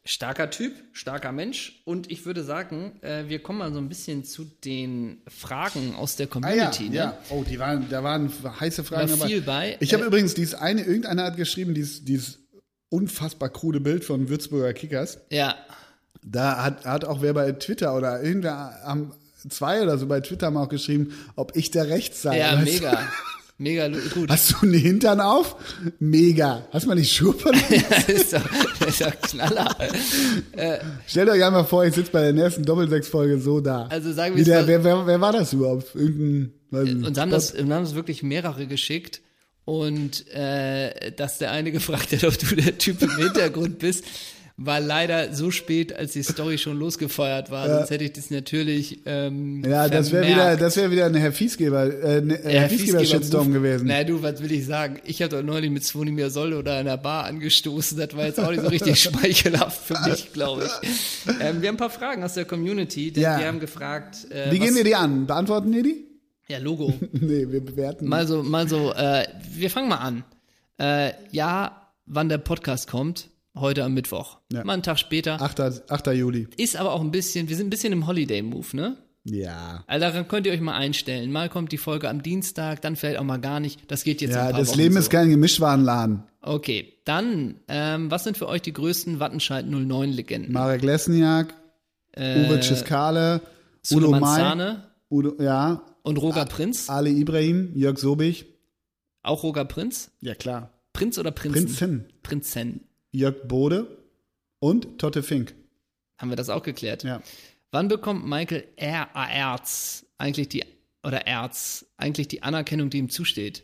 Speaker 1: Starker Typ, starker Mensch. Und ich würde sagen, äh, wir kommen mal so ein bisschen zu den Fragen aus
Speaker 2: Ah
Speaker 1: der Community. ne?
Speaker 2: Oh, die waren, da waren heiße
Speaker 1: Fragen War dabei. viel bei.
Speaker 2: Ich habe
Speaker 1: Äh,
Speaker 2: übrigens dieses eine, irgendeiner hat geschrieben, dieses, dieses unfassbar krude Bild von Würzburger Kickers.
Speaker 1: ja.
Speaker 2: Da hat, hat auch wer bei Twitter oder irgendwer am zwei oder so bei Twitter haben auch geschrieben, ob ich da rechts sei.
Speaker 1: Ja,
Speaker 2: Weißt du?
Speaker 1: mega. Mega lu- gut.
Speaker 2: Hast du einen Hintern auf? Mega. Hast du mal die Schuhe verloren?
Speaker 1: das ist doch, das ist doch Knaller.
Speaker 2: Stellt euch einmal vor, ich sitze bei der nächsten Doppelsechs-Folge so da.
Speaker 1: Also sagen
Speaker 2: Wie
Speaker 1: wir's
Speaker 2: der,
Speaker 1: mal-
Speaker 2: wer, wer, wer war das überhaupt? Irgendein, weiß ich nicht,
Speaker 1: Uns haben,
Speaker 2: Spot-
Speaker 1: das, uns haben das wirklich mehrere geschickt. Und äh, dass der eine gefragt hat, ob du der Typ im Hintergrund bist, war leider so spät, als die Story schon losgefeuert war. Sonst hätte ich das natürlich. Ähm,
Speaker 2: ja, das wäre wieder,
Speaker 1: vermerkt.
Speaker 2: das wäre wieder ein Herr Fiesgeber, äh, ne,
Speaker 1: Ja,
Speaker 2: Herr Fiesgeber Shitstorm
Speaker 1: Fiesgeber-
Speaker 2: gewesen.
Speaker 1: Na du, was will ich sagen? Ich habe doch neulich mit Svonimir Soll oder einer Bar angestoßen. Das war jetzt auch nicht so richtig schmeichelhaft für mich, glaube ich. Ähm, wir haben ein paar Fragen aus der Community, denn
Speaker 2: Ja.
Speaker 1: wir haben gefragt, äh,
Speaker 2: Wie gehen
Speaker 1: was,
Speaker 2: wir die an? Beantworten wir die?
Speaker 1: ja, Logo.
Speaker 2: Nee, wir bewerten.
Speaker 1: Mal so, mal so, äh, wir fangen mal an. Äh, ja, wann der Podcast kommt, heute am Mittwoch.
Speaker 2: Ja.
Speaker 1: Mal einen Tag später.
Speaker 2: 8. 8. Juli.
Speaker 1: Ist aber auch ein bisschen, wir sind ein bisschen im Holiday-Move, ne?
Speaker 2: Ja.
Speaker 1: Also daran könnt ihr euch mal einstellen. Mal kommt die Folge am Dienstag, dann vielleicht auch mal gar nicht. Das geht jetzt in
Speaker 2: Ja,
Speaker 1: ein paar
Speaker 2: das
Speaker 1: Wochen
Speaker 2: Leben
Speaker 1: so.
Speaker 2: ist kein Gemischwarenladen.
Speaker 1: Okay, dann, ähm, was sind für euch die größten Wattenscheid 09-Legenden?
Speaker 2: Marek Lesniak,
Speaker 1: Äh,
Speaker 2: Uwe Ciskale, Udo Ah.
Speaker 1: Suleiman
Speaker 2: May,
Speaker 1: Zane
Speaker 2: Udo, ja,
Speaker 1: und Roger Prinz?
Speaker 2: Ali Ibrahim, Jörg Sobich.
Speaker 1: Auch Roger Prinz?
Speaker 2: Ja, klar.
Speaker 1: Prinz oder Prinzen?
Speaker 2: Prinzen.
Speaker 1: Prinzen.
Speaker 2: Jörg Bode und Totte Fink.
Speaker 1: Haben wir das auch geklärt?
Speaker 2: Ja.
Speaker 1: Wann bekommt Michael R. A. Erz eigentlich die, oder Erz, eigentlich die Anerkennung, die ihm zusteht?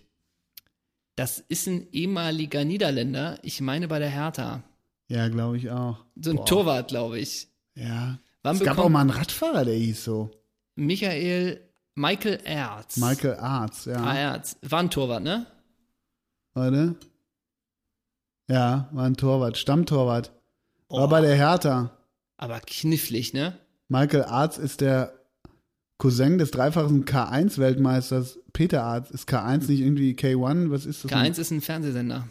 Speaker 1: Das ist ein ehemaliger Niederländer, ich meine bei der Hertha.
Speaker 2: Ja, glaube ich auch.
Speaker 1: So ein Torwart, glaube ich.
Speaker 2: Ja.
Speaker 1: Wann
Speaker 2: es gab
Speaker 1: bekommt-
Speaker 2: auch mal einen Radfahrer, der hieß so.
Speaker 1: Michael, Michael Erz.
Speaker 2: Michael Arz, ja.
Speaker 1: Ah, Erz. War ein Torwart, ne?
Speaker 2: Warte. Ja, war ein Torwart, Stammtorwart.
Speaker 1: Boah.
Speaker 2: War bei der Hertha.
Speaker 1: Aber knifflig, ne?
Speaker 2: Michael Arz ist der Cousin des dreifachen K1-Weltmeisters. Peter Arz. Ist K1 nicht irgendwie K1? Was ist das?
Speaker 1: K1 ist ein Fernsehsender.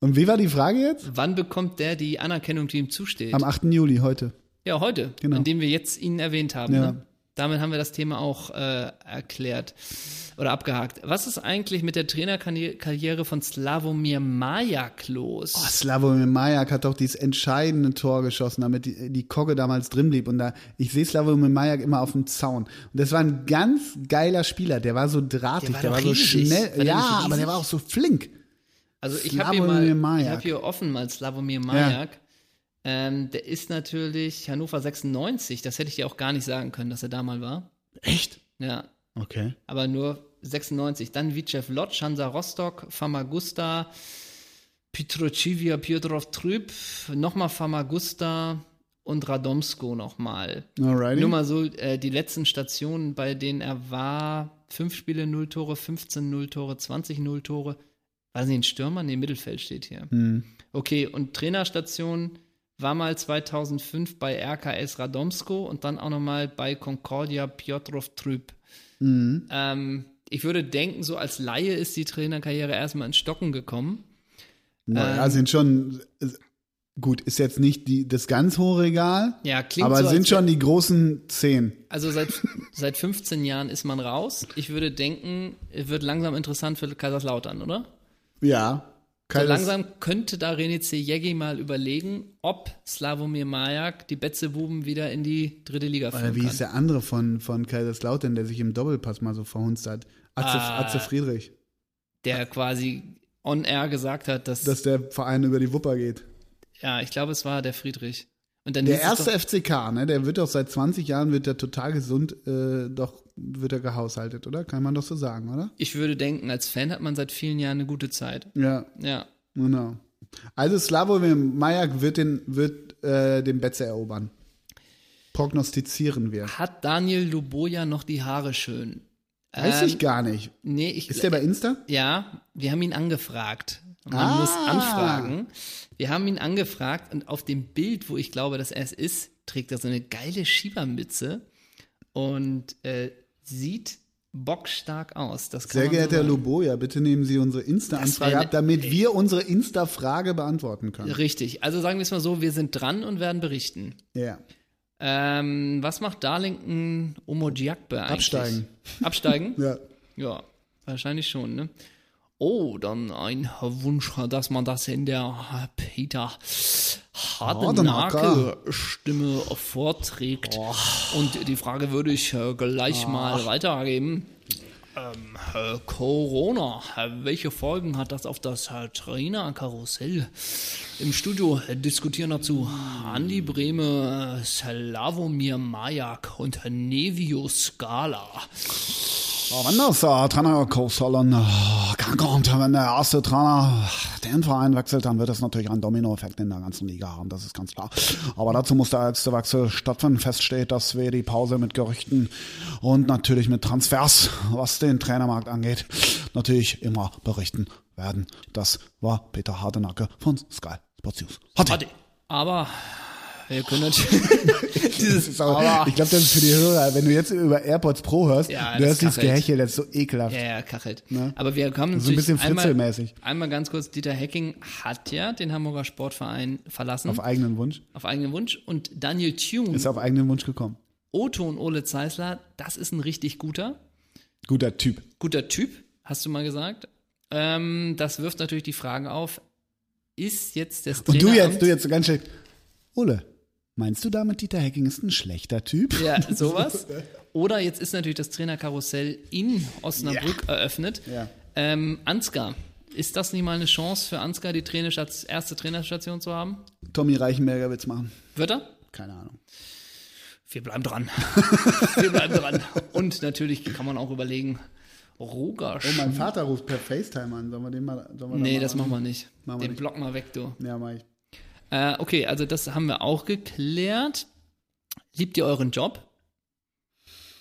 Speaker 2: Und wie war die Frage jetzt?
Speaker 1: Wann bekommt der die Anerkennung, die ihm zusteht?
Speaker 2: Am 8. Juli, heute.
Speaker 1: ja, heute,
Speaker 2: Genau.
Speaker 1: indem wir jetzt ihn erwähnt haben.
Speaker 2: Ja.
Speaker 1: Ne? Damit haben wir das Thema auch äh, erklärt oder abgehakt. Was ist eigentlich mit der Trainerkarriere von Slavomir Majak los?
Speaker 2: Oh, Slavomir Majak hat doch dieses entscheidende Tor geschossen, damit die, die Kogge damals drin blieb. Und da, ich sehe Slavomir Majak immer auf dem Zaun. Und das war ein ganz geiler Spieler. Der war so drahtig,
Speaker 1: Der war
Speaker 2: der war,
Speaker 1: doch
Speaker 2: so
Speaker 1: riesig. War
Speaker 2: schnell.
Speaker 1: der nicht
Speaker 2: ja,
Speaker 1: riesig?
Speaker 2: aber der war auch so flink.
Speaker 1: also ich habe hier
Speaker 2: Slavomir
Speaker 1: mal, ich
Speaker 2: Majak.
Speaker 1: hab hier offen mal Slavomir Majak. Ähm, der ist natürlich Hannover 96. Das hätte ich dir auch gar nicht sagen können, dass er da mal war.
Speaker 2: Echt?
Speaker 1: Ja,
Speaker 2: Okay.
Speaker 1: aber nur 96. Dann Vitschev Lodz, Hansa Rostock, Famagusta, Pietrocivia, Piotrov Trüb, nochmal Famagusta und Radomsko nochmal.
Speaker 2: Alrighty.
Speaker 1: Nur mal so äh, die letzten Stationen, bei denen er war. Fünf Spiele, null Tore, 15 null Tore, 20 null Tore. Weiß nicht, ein Stürmer? Nee, Mittelfeld steht hier. Okay, und Trainerstation war mal 2005 bei RKS Radomsko und dann auch nochmal bei Concordia Piotrov Trüb. Ähm, ich würde denken, so als Laie ähm, ist die Trainerkarriere erstmal in Stocken gekommen.
Speaker 2: Naja, sind schon Gut, ist jetzt nicht die, das ganz hohe Regal,
Speaker 1: Ja, klingt
Speaker 2: aber
Speaker 1: so,
Speaker 2: sind
Speaker 1: als
Speaker 2: schon die großen zehn.
Speaker 1: Also seit, seit 15 Jahren ist man raus. Ich würde denken, es wird langsam interessant für Kaiserslautern, oder?
Speaker 2: Ja.
Speaker 1: So
Speaker 2: Keines-
Speaker 1: Also langsam könnte da René Zejegi mal überlegen, ob Slavomir Majak die Betzebuben wieder in die dritte Liga führen
Speaker 2: Oder Äh, wie
Speaker 1: kann.
Speaker 2: ist der andere von, von Kaiserslautern, der sich im Doppelpass mal so verhunzt hat? Atze,
Speaker 1: Ah.
Speaker 2: Atze Friedrich.
Speaker 1: der quasi on air gesagt hat, dass
Speaker 2: Dass der Verein über die Wupper geht.
Speaker 1: ja, ich glaube, es war der Friedrich. Und dann
Speaker 2: Der
Speaker 1: hieß es
Speaker 2: erste
Speaker 1: doch,
Speaker 2: FCK, ne? Der wird doch seit 20 Jahren wird der total gesund, äh, doch wird er gehaushaltet, oder? Kann man doch so sagen, oder?
Speaker 1: ich würde denken, als Fan hat man seit vielen Jahren eine gute Zeit.
Speaker 2: Ja,
Speaker 1: Ja,
Speaker 2: genau. Also Slavomir Majak wird den wird äh, den Betze erobern. Prognostizieren wir.
Speaker 1: hat Daniel Luboja noch die Haare schön?
Speaker 2: Weiß
Speaker 1: Ähm,
Speaker 2: ich gar nicht.
Speaker 1: Nee, ich
Speaker 2: Ist der bei Insta?
Speaker 1: Ja, wir haben ihn angefragt. Man
Speaker 2: Ah.
Speaker 1: muss anfragen. Wir haben ihn angefragt und auf dem Bild, wo ich glaube, dass er es ist, trägt er so eine geile Schiebermütze und äh, sieht bockstark aus. Das kann
Speaker 2: Sehr
Speaker 1: man
Speaker 2: geehrter Herr
Speaker 1: so
Speaker 2: Luboja, bitte nehmen Sie unsere Insta-Anfrage
Speaker 1: Das wäre-
Speaker 2: ab, damit wir unsere Insta-Frage beantworten
Speaker 1: sagen.
Speaker 2: können.
Speaker 1: Richtig. Also sagen wir es mal so, wir sind dran und werden berichten.
Speaker 2: Ja.
Speaker 1: Ähm, was macht Darlington Omojiakbe eigentlich?
Speaker 2: Absteigen.
Speaker 1: Absteigen?
Speaker 2: ja.
Speaker 1: Ja, wahrscheinlich schon, ne? Oh, dann ein Wunsch, dass man das in der Peter
Speaker 2: Hardenacker.
Speaker 1: Hardenacke-Stimme vorträgt. Und die Frage würde ich äh, gleich mal weitergeben. Ähm, äh, Corona, äh, welche Folgen hat das auf das äh, Trainerkarussell? Im Studio äh, diskutieren dazu Andi Brehme, äh, Slavomir Majak und Nevio Scala.
Speaker 2: Aber wenn das äh, Trainerkarussellen äh, kann kommt, wenn der erste Trainer den Verein wechselt, dann wird das natürlich einen Dominoeffekt in der ganzen Liga haben, das ist ganz klar. Aber dazu muss der letzte Wechsel stattfinden. Feststeht, dass wir die Pause mit Gerüchten und natürlich mit Transfers, was den Trainermarkt angeht, natürlich immer berichten werden. Das war Peter Hardenacke von Sky Sports News. Hatte.
Speaker 1: Warte, aber wir können natürlich. dieses aber.
Speaker 2: Ich glaube, das ist für die Hörer, wenn du jetzt über AirPods Pro hörst,
Speaker 1: Ja,
Speaker 2: du
Speaker 1: das
Speaker 2: hörst dieses
Speaker 1: kachelt.
Speaker 2: Gehechel, das ist so ekelhaft.
Speaker 1: Ja, ja, kachelt. Aber wir haben
Speaker 2: Ne? So ein
Speaker 1: natürlich
Speaker 2: bisschen
Speaker 1: einmal,
Speaker 2: fritzelmäßig.
Speaker 1: einmal ganz kurz, Dieter Hecking hat ja den Hamburger Sportverein verlassen,
Speaker 2: Auf
Speaker 1: auf,
Speaker 2: eigenen Wunsch.
Speaker 1: eigenen Wunsch. Und Daniel Thune,
Speaker 2: Ist auf eigenen Wunsch gekommen.
Speaker 1: Otto und Ole Zeisler, das ist ein richtig guter,
Speaker 2: Guter Typ.
Speaker 1: guter Typ, hast du mal gesagt. Ähm, das wirft natürlich die Frage auf, ist jetzt das
Speaker 2: Und du jetzt,
Speaker 1: Traineramt-
Speaker 2: du jetzt so ganz schlecht. Ole, meinst du damit, Dieter Hecking ist ein schlechter Typ?
Speaker 1: Ja, sowas. Oder jetzt ist natürlich das Trainerkarussell in Osnabrück eröffnet.
Speaker 2: Ja.
Speaker 1: Ähm, Ansgar, ist das nicht mal eine Chance für Ansgar, die Trainersta- erste Trainerstation zu haben?
Speaker 2: Tommy Reichenberger wird's machen.
Speaker 1: Wird er?
Speaker 2: Keine Ahnung.
Speaker 1: Wir bleiben dran. Wir bleiben dran. Und natürlich kann man auch überlegen, Roger
Speaker 2: Oh,
Speaker 1: Sch
Speaker 2: mein Vater ruft per FaceTime an. Sollen wir den mal. Sollen wir da
Speaker 1: Nee,
Speaker 2: mal
Speaker 1: das machen wir nicht.
Speaker 2: oh, Machen wir
Speaker 1: Den
Speaker 2: nicht.
Speaker 1: Block mal weg, du.
Speaker 2: Ja, mach ich.
Speaker 1: Äh, okay, also das haben wir auch geklärt. Liebt ihr euren Job?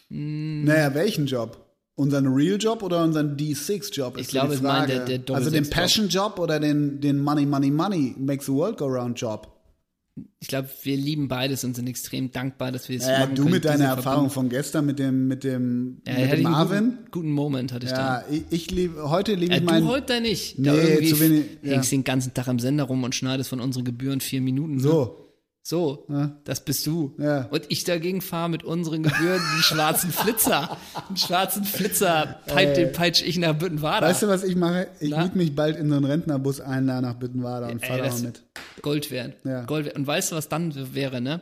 Speaker 1: Hm.
Speaker 2: Naja, welchen Job? Unseren Real-Job oder unseren D6-Job?
Speaker 1: Ich glaube,
Speaker 2: die
Speaker 1: es meint
Speaker 2: Frage.
Speaker 1: der- der
Speaker 2: Also den
Speaker 1: Doppel-Sechs-Job.
Speaker 2: Passion-Job oder den, den Money, Money, Money makes the world go round-Job?
Speaker 1: Ich glaube, wir lieben beides und sind extrem dankbar, dass wir es
Speaker 2: Naja,
Speaker 1: machen
Speaker 2: du
Speaker 1: können,
Speaker 2: mit deiner
Speaker 1: diese
Speaker 2: Erfahrung von gestern mit dem, mit dem,
Speaker 1: Ja,
Speaker 2: mit
Speaker 1: hatte
Speaker 2: dem
Speaker 1: ich einen
Speaker 2: Marvin.
Speaker 1: Guten, guten Moment hatte ich da.
Speaker 2: Ja, ich, ich liebe, heute liebe
Speaker 1: Ja,
Speaker 2: ich
Speaker 1: du
Speaker 2: meinen.
Speaker 1: heute da nicht.
Speaker 2: Nee,
Speaker 1: da irgendwie
Speaker 2: zu wenig, ja.
Speaker 1: hängst den ganzen Tag am Sender rum und schneidest von unseren Gebühren vier Minuten. ne?
Speaker 2: So,
Speaker 1: So, das bist du.
Speaker 2: Ja.
Speaker 1: Und ich dagegen fahre mit unseren Gebühren einen schwarzen Flitzer. Einen schwarzen Flitzer, peip, den peitsch ich nach Büttenwader.
Speaker 2: weißt du, was ich mache? Ich
Speaker 1: Na?
Speaker 2: miete mich bald in so einen Rentnerbus ein, da nach Bittenwader und fahre da mal
Speaker 1: das-
Speaker 2: mit.
Speaker 1: Gold wert.
Speaker 2: Ja.
Speaker 1: Gold wert. Und weißt du, was dann wäre, ne?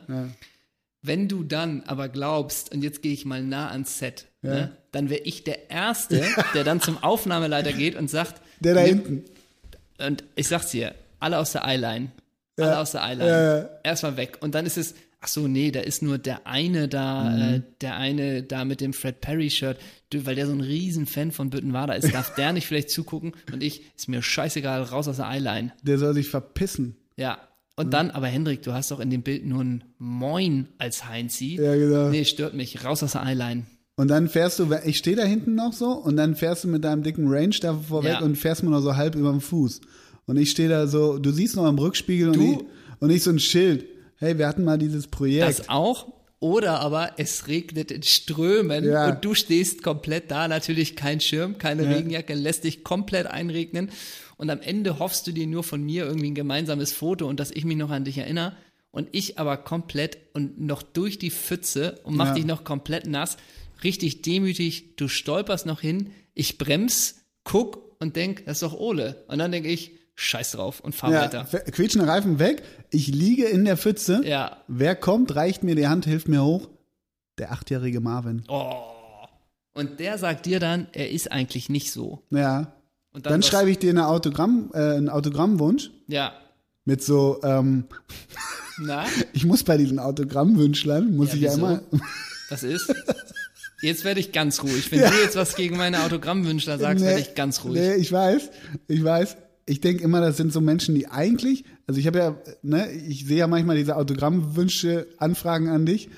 Speaker 1: Wenn du dann aber glaubst, und jetzt gehe ich mal nah ans Set, ne? dann wäre ich der Erste, der dann zum Aufnahmeleiter geht und sagt,
Speaker 2: Der da
Speaker 1: "Nimm
Speaker 2: hinten.
Speaker 1: Und ich sag's dir, alle aus der Eyeline. Alle aus der Eyeline. Erstmal weg. Und dann ist es, ach so, nee, da ist nur der eine da,
Speaker 2: Mhm.
Speaker 1: äh, der eine da mit dem Fred Perry-Shirt, Du, weil der so ein riesen Fan von Büttenwader ist, darf der nicht vielleicht zugucken und ich, ist mir scheißegal, raus aus der Eyeline.
Speaker 2: Der soll sich verpissen.
Speaker 1: Ja.
Speaker 2: Mhm.
Speaker 1: Und dann, aber Hendrik, du hast doch in dem Bild nur ein Moin als Heinzi.
Speaker 2: Ja, genau.
Speaker 1: Nee, stört mich, raus aus der Eyeline.
Speaker 2: Und dann fährst du, ich stehe da hinten noch so, und dann fährst du mit deinem dicken Range da vorweg
Speaker 1: Ja.
Speaker 2: und fährst mir noch so halb über den Fuß. Und ich stehe da so, du siehst noch im Rückspiegel und
Speaker 1: Du-
Speaker 2: ich, und ich so ein Schild. Hey, wir hatten mal dieses Projekt.
Speaker 1: Das auch. Oder aber es regnet in Strömen
Speaker 2: Ja.
Speaker 1: und du stehst komplett da, natürlich kein Schirm, keine Regenjacke, lässt dich komplett einregnen. Und am Ende hoffst du dir nur von mir irgendwie ein gemeinsames Foto und dass ich mich noch an dich erinnere. Und ich aber komplett und noch durch die Pfütze und mach
Speaker 2: Ja.
Speaker 1: dich noch komplett nass, richtig demütig, du stolperst noch hin, ich brems, guck und denk, das ist doch Ole. Und dann denk ich, scheiß drauf und fahr
Speaker 2: Ja,
Speaker 1: weiter.
Speaker 2: fe- quietschende Reifen weg. Ich liege in der Pfütze.
Speaker 1: Ja.
Speaker 2: Wer kommt, reicht mir die Hand, hilft mir hoch. Der achtjährige Marvin.
Speaker 1: Und der sagt dir dann, er ist eigentlich nicht so.
Speaker 2: Ja.
Speaker 1: Und
Speaker 2: Dann schreibe ich dir eine Autogramm, äh, einen Autogrammwunsch
Speaker 1: Ja.
Speaker 2: mit so, ähm,
Speaker 1: Na,
Speaker 2: ich muss bei diesen Autogrammwünschlern, muss
Speaker 1: Ja,
Speaker 2: ich ja
Speaker 1: wieso?
Speaker 2: immer,
Speaker 1: was ist? Jetzt werde ich ganz ruhig. Wenn du jetzt was gegen meine Autogrammwünscher sagst, werde ich ganz ruhig.
Speaker 2: Nee, ich weiß, ich weiß. Ich denke immer, das sind so Menschen, die eigentlich, also ich habe ja, ne, ich sehe ja manchmal diese Autogrammwünsche, Anfragen an dich,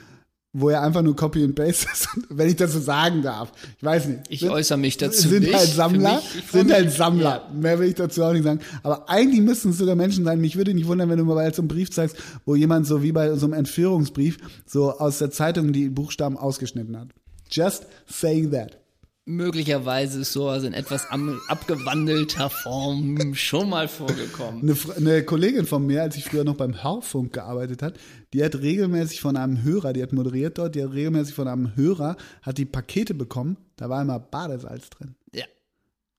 Speaker 2: wo ja einfach nur Copy and Paste ist, wenn ich das so sagen darf. Ich weiß nicht.
Speaker 1: Ich äußere mich dazu
Speaker 2: Sind
Speaker 1: nicht.
Speaker 2: halt
Speaker 1: Für
Speaker 2: Sammler,
Speaker 1: mich- ich freu
Speaker 2: sind
Speaker 1: mich-
Speaker 2: halt Sammler. Mehr will ich dazu auch nicht sagen. Aber eigentlich müssten es sogar Menschen sein. Mich würde nicht wundern, wenn du mal bei so einem Brief zeigst, wo jemand so wie bei so einem Entführungsbrief so aus der Zeitung die Buchstaben ausgeschnitten hat. Just saying that.
Speaker 1: Möglicherweise ist sowas in etwas am, abgewandelter Form schon mal vorgekommen.
Speaker 2: Eine, Fr- eine Kollegin von mir, als ich früher noch beim Hörfunk gearbeitet hat, die hat regelmäßig von einem Hörer, die hat moderiert dort, die hat regelmäßig von einem Hörer, hat die Pakete bekommen, da war immer Badesalz drin.
Speaker 1: Ja,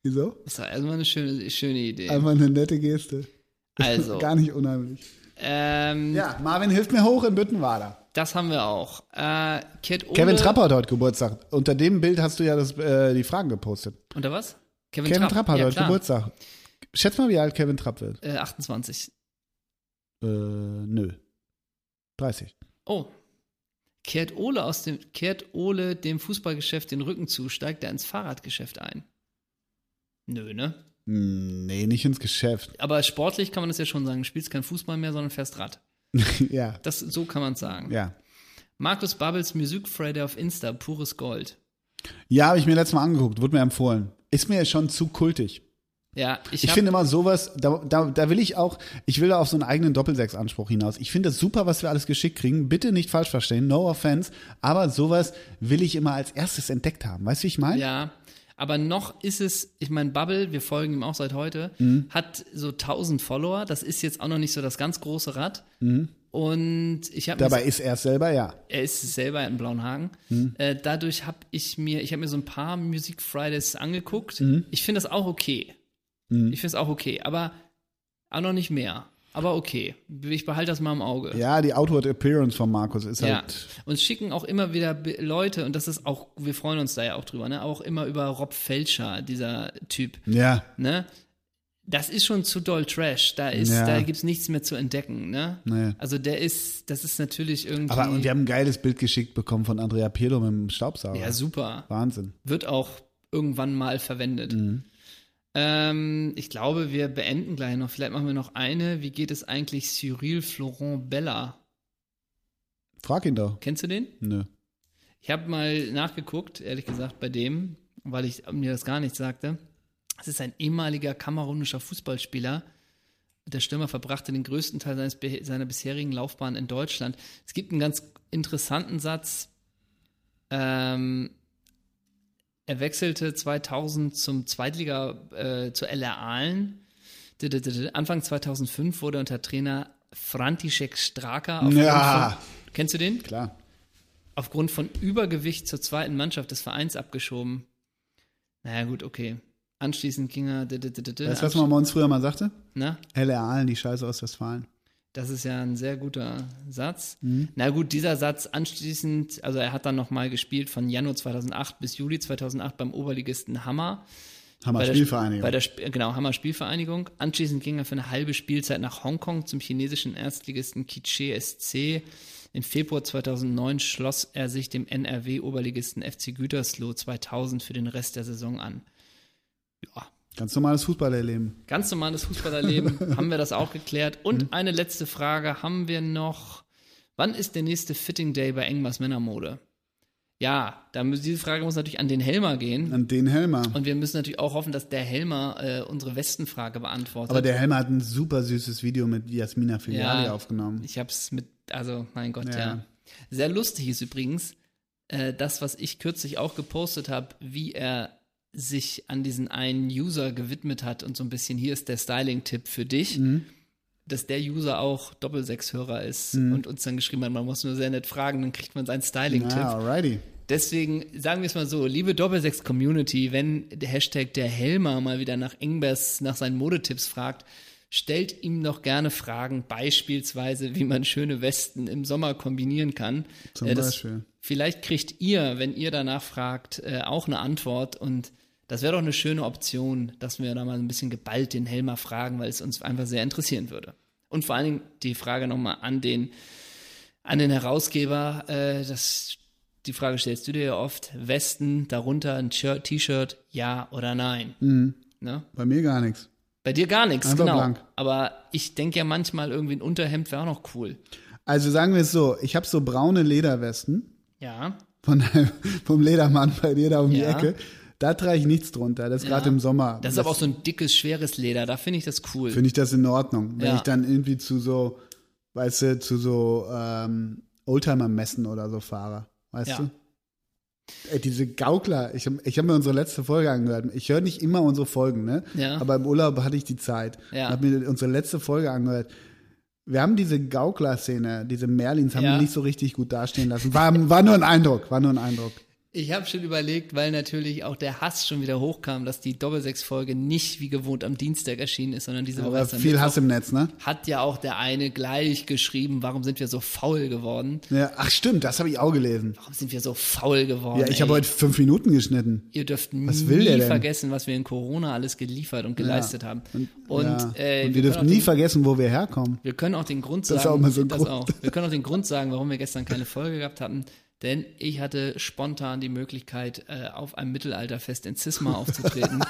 Speaker 2: Wieso?
Speaker 1: das war erstmal eine schöne, schöne Idee.
Speaker 2: Einfach eine nette Geste.
Speaker 1: Also,
Speaker 2: Ähm, Gar nicht unheimlich.
Speaker 1: ähm,
Speaker 2: Ja, Marvin hilft mir hoch in Büttenwader.
Speaker 1: das haben wir auch. Äh, Kid Ole,
Speaker 2: Kevin Trapp hat heute Geburtstag. Unter dem Bild hast du ja das, äh, die Fragen gepostet.
Speaker 1: Unter was?
Speaker 2: Kevin Trapp hat
Speaker 1: ja,
Speaker 2: heute
Speaker 1: klar.
Speaker 2: Geburtstag. Schätz mal, wie alt Kevin Trapp wird.
Speaker 1: Äh, 28.
Speaker 2: Äh, nö. 30.
Speaker 1: Oh. Kehrt Ole aus dem kehrt Ole dem Fußballgeschäft den Rücken zu, steigt er ins Fahrradgeschäft ein. Nö, ne?
Speaker 2: Hm, Nee, nicht ins Geschäft.
Speaker 1: Aber sportlich kann man das ja schon sagen. Du spielst kein Fußball mehr, sondern fährst Rad.
Speaker 2: ja,
Speaker 1: Das, so kann man es sagen.
Speaker 2: ja.
Speaker 1: Markus Babbels Musik Friday auf Insta, pures Gold.
Speaker 2: Ja, habe ich mir letztes Mal angeguckt, wurde mir empfohlen. Ist mir schon zu kultig.
Speaker 1: Ja, ich,
Speaker 2: Ich
Speaker 1: hab,
Speaker 2: finde immer sowas, da, da, da will ich auch, ich will da auf so einen eigenen Doppelsechs-Anspruch hinaus. Ich finde das super, was wir alles geschickt kriegen. Bitte nicht falsch verstehen, no offense, aber sowas will ich immer als erstes entdeckt haben. Weißt du, wie ich meine?
Speaker 1: Ja, aber noch ist es, ich meine, Bubble, wir folgen ihm auch seit heute,
Speaker 2: Mhm.
Speaker 1: hat so 1000 Follower. Das ist jetzt auch noch nicht so das ganz große Rad. Und ich habe
Speaker 2: Mhm. Dabei ist er es selber, ja.
Speaker 1: er ist selber in Blauenhagen.
Speaker 2: Hm.
Speaker 1: Äh, dadurch habe ich mir, ich habe mir so ein paar Music Fridays angeguckt.
Speaker 2: Hm.
Speaker 1: Ich finde das auch okay. Ich finde es auch okay, aber auch noch nicht mehr. Aber okay, ich behalte das mal im Auge.
Speaker 2: Ja, die Outward Appearance von Markus ist
Speaker 1: Ja.
Speaker 2: halt.
Speaker 1: Uns schicken auch immer wieder Be- Leute, und das ist auch, wir freuen uns da ja auch drüber, ne? Auch immer über Rob Felscher, dieser Typ,
Speaker 2: Ja.
Speaker 1: ne? Das ist schon zu doll Trash. Da ist,
Speaker 2: Ja.
Speaker 1: da gibt's nichts mehr zu entdecken, ne?
Speaker 2: Nee.
Speaker 1: Also der ist, das ist natürlich irgendwie.
Speaker 2: Aber und wir haben ein geiles Bild geschickt bekommen von Andrea Pirlo mit dem Staubsauger.
Speaker 1: ja, super.
Speaker 2: Wahnsinn.
Speaker 1: wird auch irgendwann mal verwendet. Ähm, ich glaube, wir beenden gleich noch. Vielleicht machen wir noch eine. Wie geht es eigentlich Cyril Florent Bella?
Speaker 2: Frag ihn doch.
Speaker 1: Kennst du den?
Speaker 2: Nö.
Speaker 1: Ich habe mal nachgeguckt, ehrlich gesagt, bei dem, weil ich mir das gar nicht sagte. Es ist ein ehemaliger kamerunischer Fußballspieler. Der Stürmer verbrachte den größten Teil seines, be- seiner bisherigen Laufbahn in Deutschland. Es gibt einen ganz interessanten Satz. Ähm, er wechselte 2000 zum Zweitliga äh, zu LR Aalen. Didididid. Anfang 2005 wurde unter Trainer František Straka auf
Speaker 2: Ja.
Speaker 1: Kennst du den?
Speaker 2: Klar.
Speaker 1: aufgrund von Übergewicht zur zweiten Mannschaft des Vereins abgeschoben. Naja, gut, okay. Anschließend ging er. d- d- d- d- d-
Speaker 2: Weißt du, was man bei uns früher mal sagte?
Speaker 1: Na,
Speaker 2: Helle Aalen, die Scheiße aus Westfalen.
Speaker 1: das ist ja ein sehr guter Satz.
Speaker 2: Mhm.
Speaker 1: Na gut, dieser Satz anschließend, also er hat dann nochmal gespielt von Januar 2008 bis Juli 2008 beim Oberligisten Hammer.
Speaker 2: Hammer
Speaker 1: der-
Speaker 2: Spielvereinigung.
Speaker 1: Bei der, Sp- genau, Hammer Spielvereinigung. Anschließend ging er für eine halbe Spielzeit nach Hongkong zum chinesischen Erstligisten Kiche SC. Im Februar 2009 schloss er sich dem NRW-Oberligisten FC Gütersloh 2000 für den Rest der Saison an. Ja,
Speaker 2: Ganz normales Fußballerleben.
Speaker 1: ganz normales Fußballerleben haben wir das auch geklärt. Und
Speaker 2: Mhm.
Speaker 1: eine letzte Frage haben wir noch. Wann ist der nächste Fitting Day bei Engmas Männermode? Ja, da, muss- diese Frage muss natürlich an den Helmer gehen.
Speaker 2: Und den Helmer.
Speaker 1: Und wir müssen natürlich auch hoffen, dass der Helmer äh, unsere Westenfrage beantwortet.
Speaker 2: Aber der Helmer hat ein super süßes Video mit Jasmina Filiali
Speaker 1: Ja.
Speaker 2: aufgenommen.
Speaker 1: ich hab's mit, also mein Gott, ja.
Speaker 2: Ja.
Speaker 1: Sehr lustig ist übrigens äh, das, was ich kürzlich auch gepostet habe, wie er sich an diesen einen User gewidmet hat und so ein bisschen, hier ist der Styling-Tipp für dich,
Speaker 2: Mhm.
Speaker 1: dass der User auch Doppelsechshörer ist
Speaker 2: Mhm.
Speaker 1: und uns dann geschrieben hat, man muss nur sehr nett fragen, dann kriegt man seinen Styling-Tipp.
Speaker 2: Ja, alrighty.
Speaker 1: Deswegen sagen wir es mal so, liebe Doppelsechs-Community, wenn der Hashtag der Helmer mal wieder nach Engbers, nach seinen Modetipps fragt, stellt ihm doch gerne Fragen, beispielsweise, wie man schöne Westen im Sommer kombinieren kann. Äh,
Speaker 2: Zum
Speaker 1: das-
Speaker 2: Beispiel.
Speaker 1: Vielleicht kriegt ihr, wenn ihr danach fragt, äh, auch eine Antwort und das wäre doch eine schöne Option, dass wir da mal ein bisschen geballt den Helmer fragen, weil es uns einfach sehr interessieren würde. Und vor allen Dingen die Frage nochmal an den an den Herausgeber, äh, das, die Frage stellst du dir ja oft, Westen, darunter ein Shirt- T-Shirt, ja oder nein. Ne?
Speaker 2: Bei mir gar nichts.
Speaker 1: Bei dir gar nichts,
Speaker 2: Mhm. Einfach
Speaker 1: genau.
Speaker 2: blank.
Speaker 1: Aber ich denke ja manchmal irgendwie ein Unterhemd wäre auch noch cool.
Speaker 2: Also sagen wir es so, ich habe so braune Lederwesten
Speaker 1: Ja,
Speaker 2: von deinem, vom Ledermann bei dir da um die
Speaker 1: Ja.
Speaker 2: Ecke. Da trage ich nichts drunter. Das ist gerade im Sommer.
Speaker 1: das ist aber auch so ein dickes, schweres Leder, da finde ich das cool.
Speaker 2: Finde ich das in Ordnung. Wenn
Speaker 1: Ja.
Speaker 2: ich dann irgendwie zu so, weißt du, zu so ähm, Oldtimer-Messen oder so fahre. Weißt
Speaker 1: Ja.
Speaker 2: du? Ey, diese Gaukler, ich habe ich hab mir unsere letzte Folge angehört. Ich höre nicht immer unsere Folgen, ne?
Speaker 1: Ja.
Speaker 2: Aber im Urlaub hatte ich die Zeit.
Speaker 1: Ja.
Speaker 2: Und habe mir unsere letzte Folge angehört. Wir haben diese Gaukler-Szene, diese Merlins, haben
Speaker 1: Ja.
Speaker 2: wir nicht so richtig gut dastehen lassen. War, war nur ein Eindruck, war nur ein Eindruck.
Speaker 1: Ich habe schon überlegt, weil natürlich auch der Hass schon wieder hochkam, dass die Doppelsechs-Folge nicht wie gewohnt am Dienstag erschienen ist, sondern diese Woche
Speaker 2: Aber
Speaker 1: erst am
Speaker 2: Äh, viel
Speaker 1: Mittwoch.
Speaker 2: Hass im Netz, ne?
Speaker 1: Hat ja auch der eine gleich geschrieben, warum sind wir so faul geworden?
Speaker 2: Ja, ach stimmt, das habe ich auch gelesen.
Speaker 1: Warum sind wir so faul geworden?
Speaker 2: Ja, ich
Speaker 1: Oh, ey?
Speaker 2: habe heute fünf Minuten geschnitten.
Speaker 1: Ihr dürft
Speaker 2: Was will der
Speaker 1: nie
Speaker 2: denn?
Speaker 1: vergessen, was wir in Corona alles geliefert und geleistet haben. Und,
Speaker 2: ja.
Speaker 1: äh,
Speaker 2: und wir
Speaker 1: wir
Speaker 2: dürfen
Speaker 1: können auch
Speaker 2: nie
Speaker 1: den-
Speaker 2: vergessen, wo wir herkommen.
Speaker 1: Wir können auch den Grund sagen,
Speaker 2: Das ist auch mal so ein
Speaker 1: das
Speaker 2: Grund.
Speaker 1: auch. Wir können auch den Grund sagen, warum wir gestern keine Folge gehabt hatten. Denn ich hatte spontan die Möglichkeit, äh, auf einem Mittelalterfest in Cisma aufzutreten.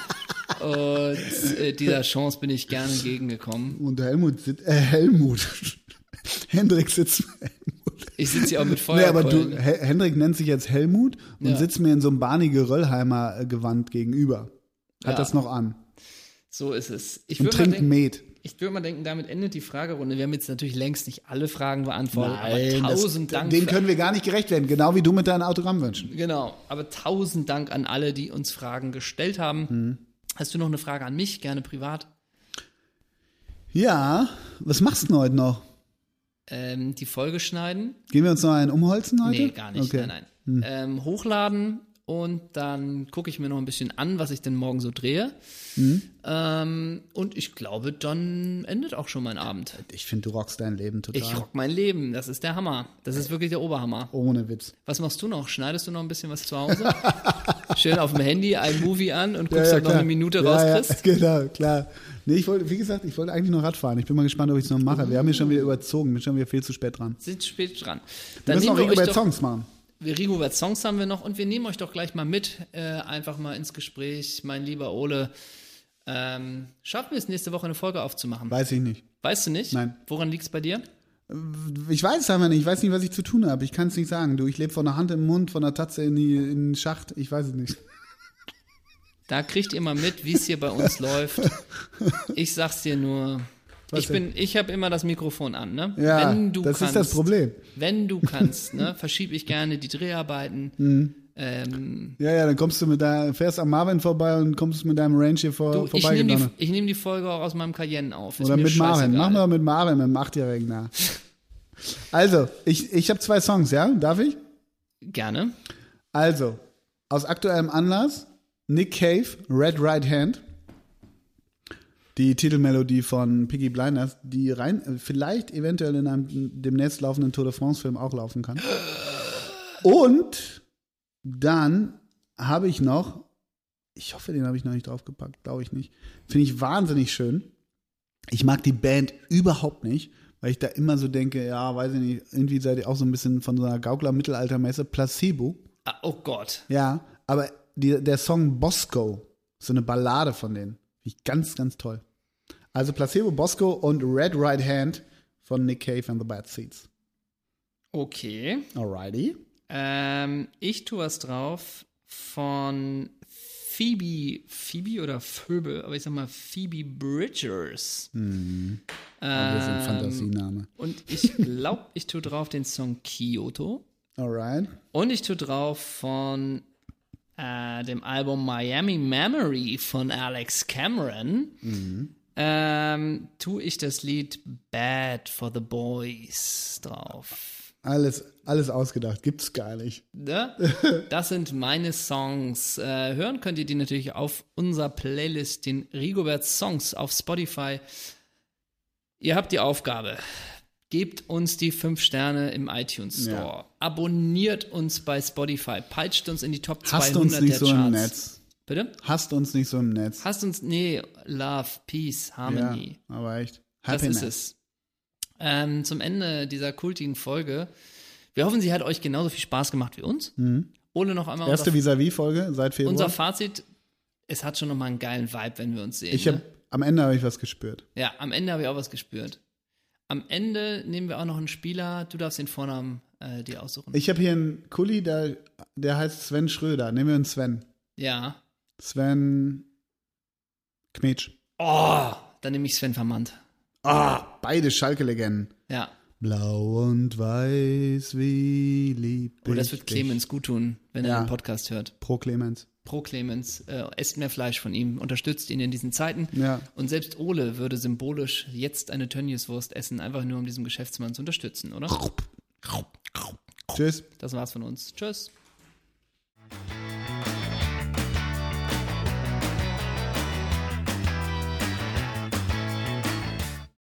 Speaker 1: Und äh, dieser Chance bin ich gerne entgegengekommen.
Speaker 2: Und Helmut sitzt, äh, Helmut. Hendrik sitzt.
Speaker 1: Ich sitze hier auch mit
Speaker 2: Nee, aber du,
Speaker 1: Feuerkeulen.
Speaker 2: He- Hendrik nennt sich jetzt Helmut und
Speaker 1: Ja.
Speaker 2: sitzt mir in so einem barnige Röllheimer äh, Gewand gegenüber. Hat
Speaker 1: Ja.
Speaker 2: das noch an.
Speaker 1: So ist es. Ich
Speaker 2: Und
Speaker 1: würde mal,
Speaker 2: trinkt
Speaker 1: denken,
Speaker 2: Met.
Speaker 1: ich würd mal denken, damit endet die Fragerunde. Wir haben jetzt natürlich längst nicht alle Fragen beantwortet, aber
Speaker 2: das-
Speaker 1: tausend Dank.
Speaker 2: dem
Speaker 1: für-
Speaker 2: können wir gar nicht gerecht werden, genau wie du mit deinen Autogrammwünschen.
Speaker 1: Genau, aber tausend Dank an alle, die uns Fragen gestellt haben.
Speaker 2: Mhm.
Speaker 1: Hast du noch eine Frage an mich? Gerne privat.
Speaker 2: Ja, was machst du denn heute noch?
Speaker 1: Ähm, die Folge schneiden.
Speaker 2: Gehen wir uns noch einen umholzen heute?
Speaker 1: Nee, gar nicht.
Speaker 2: Ah, Okay. Mhm.
Speaker 1: Nein, nein. Ähm, hochladen und dann gucke ich mir noch ein bisschen an, was ich denn morgen so drehe.
Speaker 2: Mhm.
Speaker 1: Ähm, und ich glaube, dann endet auch schon mein Abend.
Speaker 2: Ich finde, du rockst dein Leben total.
Speaker 1: Ich rock mein Leben. Das ist der Hammer. Das ist wirklich der Oberhammer.
Speaker 2: Ohne Witz.
Speaker 1: Was machst du noch? Schneidest du noch ein bisschen was zu Hause? Schön auf dem Handy iMovie an und guckst, ob noch
Speaker 2: klar.
Speaker 1: eine Minute
Speaker 2: ja,
Speaker 1: rauskriegst.
Speaker 2: Ja, genau, klar. Nee, ich wollte, wie gesagt, ich wollte eigentlich noch Radfahren. Ich bin mal gespannt, ob ich es noch mache. Wir haben hier schon wieder überzogen, bin schon wieder viel zu spät dran.
Speaker 1: Sind spät dran.
Speaker 2: Wir
Speaker 1: Dann
Speaker 2: müssen
Speaker 1: nehmen
Speaker 2: auch
Speaker 1: wir euch
Speaker 2: irgendwelche
Speaker 1: doch,
Speaker 2: Songs machen.
Speaker 1: wir Rigobert Songs haben wir noch und wir nehmen euch doch gleich mal mit, äh, einfach mal ins Gespräch, mein lieber Ole. Ähm, schaffen wir es nächste Woche eine Folge aufzumachen?
Speaker 2: Weiß ich nicht.
Speaker 1: Weißt du nicht?
Speaker 2: Nein.
Speaker 1: Woran liegt es bei dir?
Speaker 2: Ich weiß es einfach nicht. Ich weiß nicht, was ich zu tun habe. Ich kann es nicht sagen. Du, ich lebe von der Hand im Mund, von der Tatze in, die, in den Schacht. Ich weiß es nicht.
Speaker 1: Da kriegt ihr mal mit, wie es hier bei uns läuft. Ich sag's dir nur. ich bin, ich habe immer das Mikrofon an, ne?
Speaker 2: Ja,
Speaker 1: wenn du
Speaker 2: das
Speaker 1: kannst,
Speaker 2: ist das Problem.
Speaker 1: Wenn du kannst, ne, verschiebe ich gerne die Dreharbeiten. Ähm,
Speaker 2: Ja, ja, dann kommst du mit deinem, fährst am Marvin vorbei und kommst mit deinem Range hier vor,
Speaker 1: du, ich nehme die,
Speaker 2: vorbeigedonnert.
Speaker 1: ich nehm die Folge auch aus meinem Cayenne auf. Ist
Speaker 2: Oder
Speaker 1: mir
Speaker 2: mit Marvin.
Speaker 1: scheißegal.
Speaker 2: Machen wir mit Marvin, mit dem Achtjährigen da. Also, ich, ich habe zwei Songs, ja? Darf ich?
Speaker 1: Gerne.
Speaker 2: Also, aus aktuellem Anlass, Nick Cave, Red Right Hand. Die Titelmelodie von Piggy Blinders, die rein, äh, vielleicht eventuell in einem demnächst laufenden Tour de France-Film auch laufen kann. Und dann habe ich noch, ich hoffe, den habe ich noch nicht draufgepackt, glaube ich nicht. Finde ich wahnsinnig schön. Ich mag die Band überhaupt nicht, weil ich da immer so denke, ja, weiß ich nicht, irgendwie seid ihr auch so ein bisschen von so einer Gaukler-Mittelaltermesse, Placebo.
Speaker 1: Ah, oh Gott.
Speaker 2: Ja, aber die, der Song Bosco, so eine Ballade von denen, finde ich ganz, ganz toll. Also Placebo Bosco und Red Right Hand von Nick Cave and the Bad Seeds.
Speaker 1: Okay.
Speaker 2: Alrighty.
Speaker 1: Ähm, ich tue was drauf von Phoebe, Phoebe oder Phoebe, aber ich sag mal Phoebe Bridgers.
Speaker 2: Aber das ist
Speaker 1: Ähm,
Speaker 2: ein Fantasiename.
Speaker 1: Und ich glaube, ich tue drauf den Song Kyoto.
Speaker 2: Alright.
Speaker 1: Und ich tue drauf von äh, dem Album Miami Memory von Alex Cameron. Ähm, tue ich das Lied Bad for the Boys drauf.
Speaker 2: Alles, alles ausgedacht. Gibt's gar nicht.
Speaker 1: Ne? Das sind meine Songs. Äh, hören könnt ihr die natürlich auf unserer Playlist, den Rigobert Songs auf Spotify. Ihr habt die Aufgabe. Gebt uns die 5 Sterne im iTunes
Speaker 2: Ja.
Speaker 1: Store. Abonniert uns bei Spotify. Peitscht uns in die Top
Speaker 2: Hasst
Speaker 1: 200
Speaker 2: uns nicht
Speaker 1: der
Speaker 2: so im
Speaker 1: Charts.
Speaker 2: Netz.
Speaker 1: Bitte?
Speaker 2: Hasst uns nicht so im Netz.
Speaker 1: Hasst uns. Nee, Love, Peace, Harmony.
Speaker 2: Ja, aber echt.
Speaker 1: Das
Speaker 2: Happiness.
Speaker 1: ist es. Ähm, zum Ende dieser kultigen Folge. Wir hoffen, sie hat euch genauso viel Spaß gemacht wie uns. Ohne noch einmal
Speaker 2: Mhm. Erste
Speaker 1: unser,
Speaker 2: Vis-a-vis-Folge seit Februar.
Speaker 1: unser Fazit. Es hat schon nochmal einen geilen Vibe, wenn wir uns sehen.
Speaker 2: ich hab,
Speaker 1: ne?
Speaker 2: am Ende habe ich was gespürt.
Speaker 1: Ja, am Ende habe ich auch was gespürt. Am Ende nehmen wir auch noch einen Spieler. Du darfst den Vornamen äh, dir aussuchen.
Speaker 2: Ich habe hier einen Kuli, der, der heißt Sven Schröder. Nehmen wir einen Sven.
Speaker 1: ja.
Speaker 2: Sven Kmetsch.
Speaker 1: Oh, dann nehme ich Sven Vermandt.
Speaker 2: Ah, beide Schalke-Legenden.
Speaker 1: Ja.
Speaker 2: Blau und weiß, wie lieb
Speaker 1: Oh, das
Speaker 2: ich
Speaker 1: wird
Speaker 2: dich.
Speaker 1: Clemens gut tun, wenn er
Speaker 2: Ja.
Speaker 1: den Podcast hört.
Speaker 2: Pro Clemens.
Speaker 1: Pro Clemens, äh, esst mehr Fleisch von ihm, unterstützt ihn in diesen Zeiten.
Speaker 2: Ja.
Speaker 1: Und selbst Ole würde symbolisch jetzt eine Tönnieswurst essen, einfach nur um diesen Geschäftsmann zu unterstützen, oder?
Speaker 2: Tschüss.
Speaker 1: Das war's von uns. Tschüss.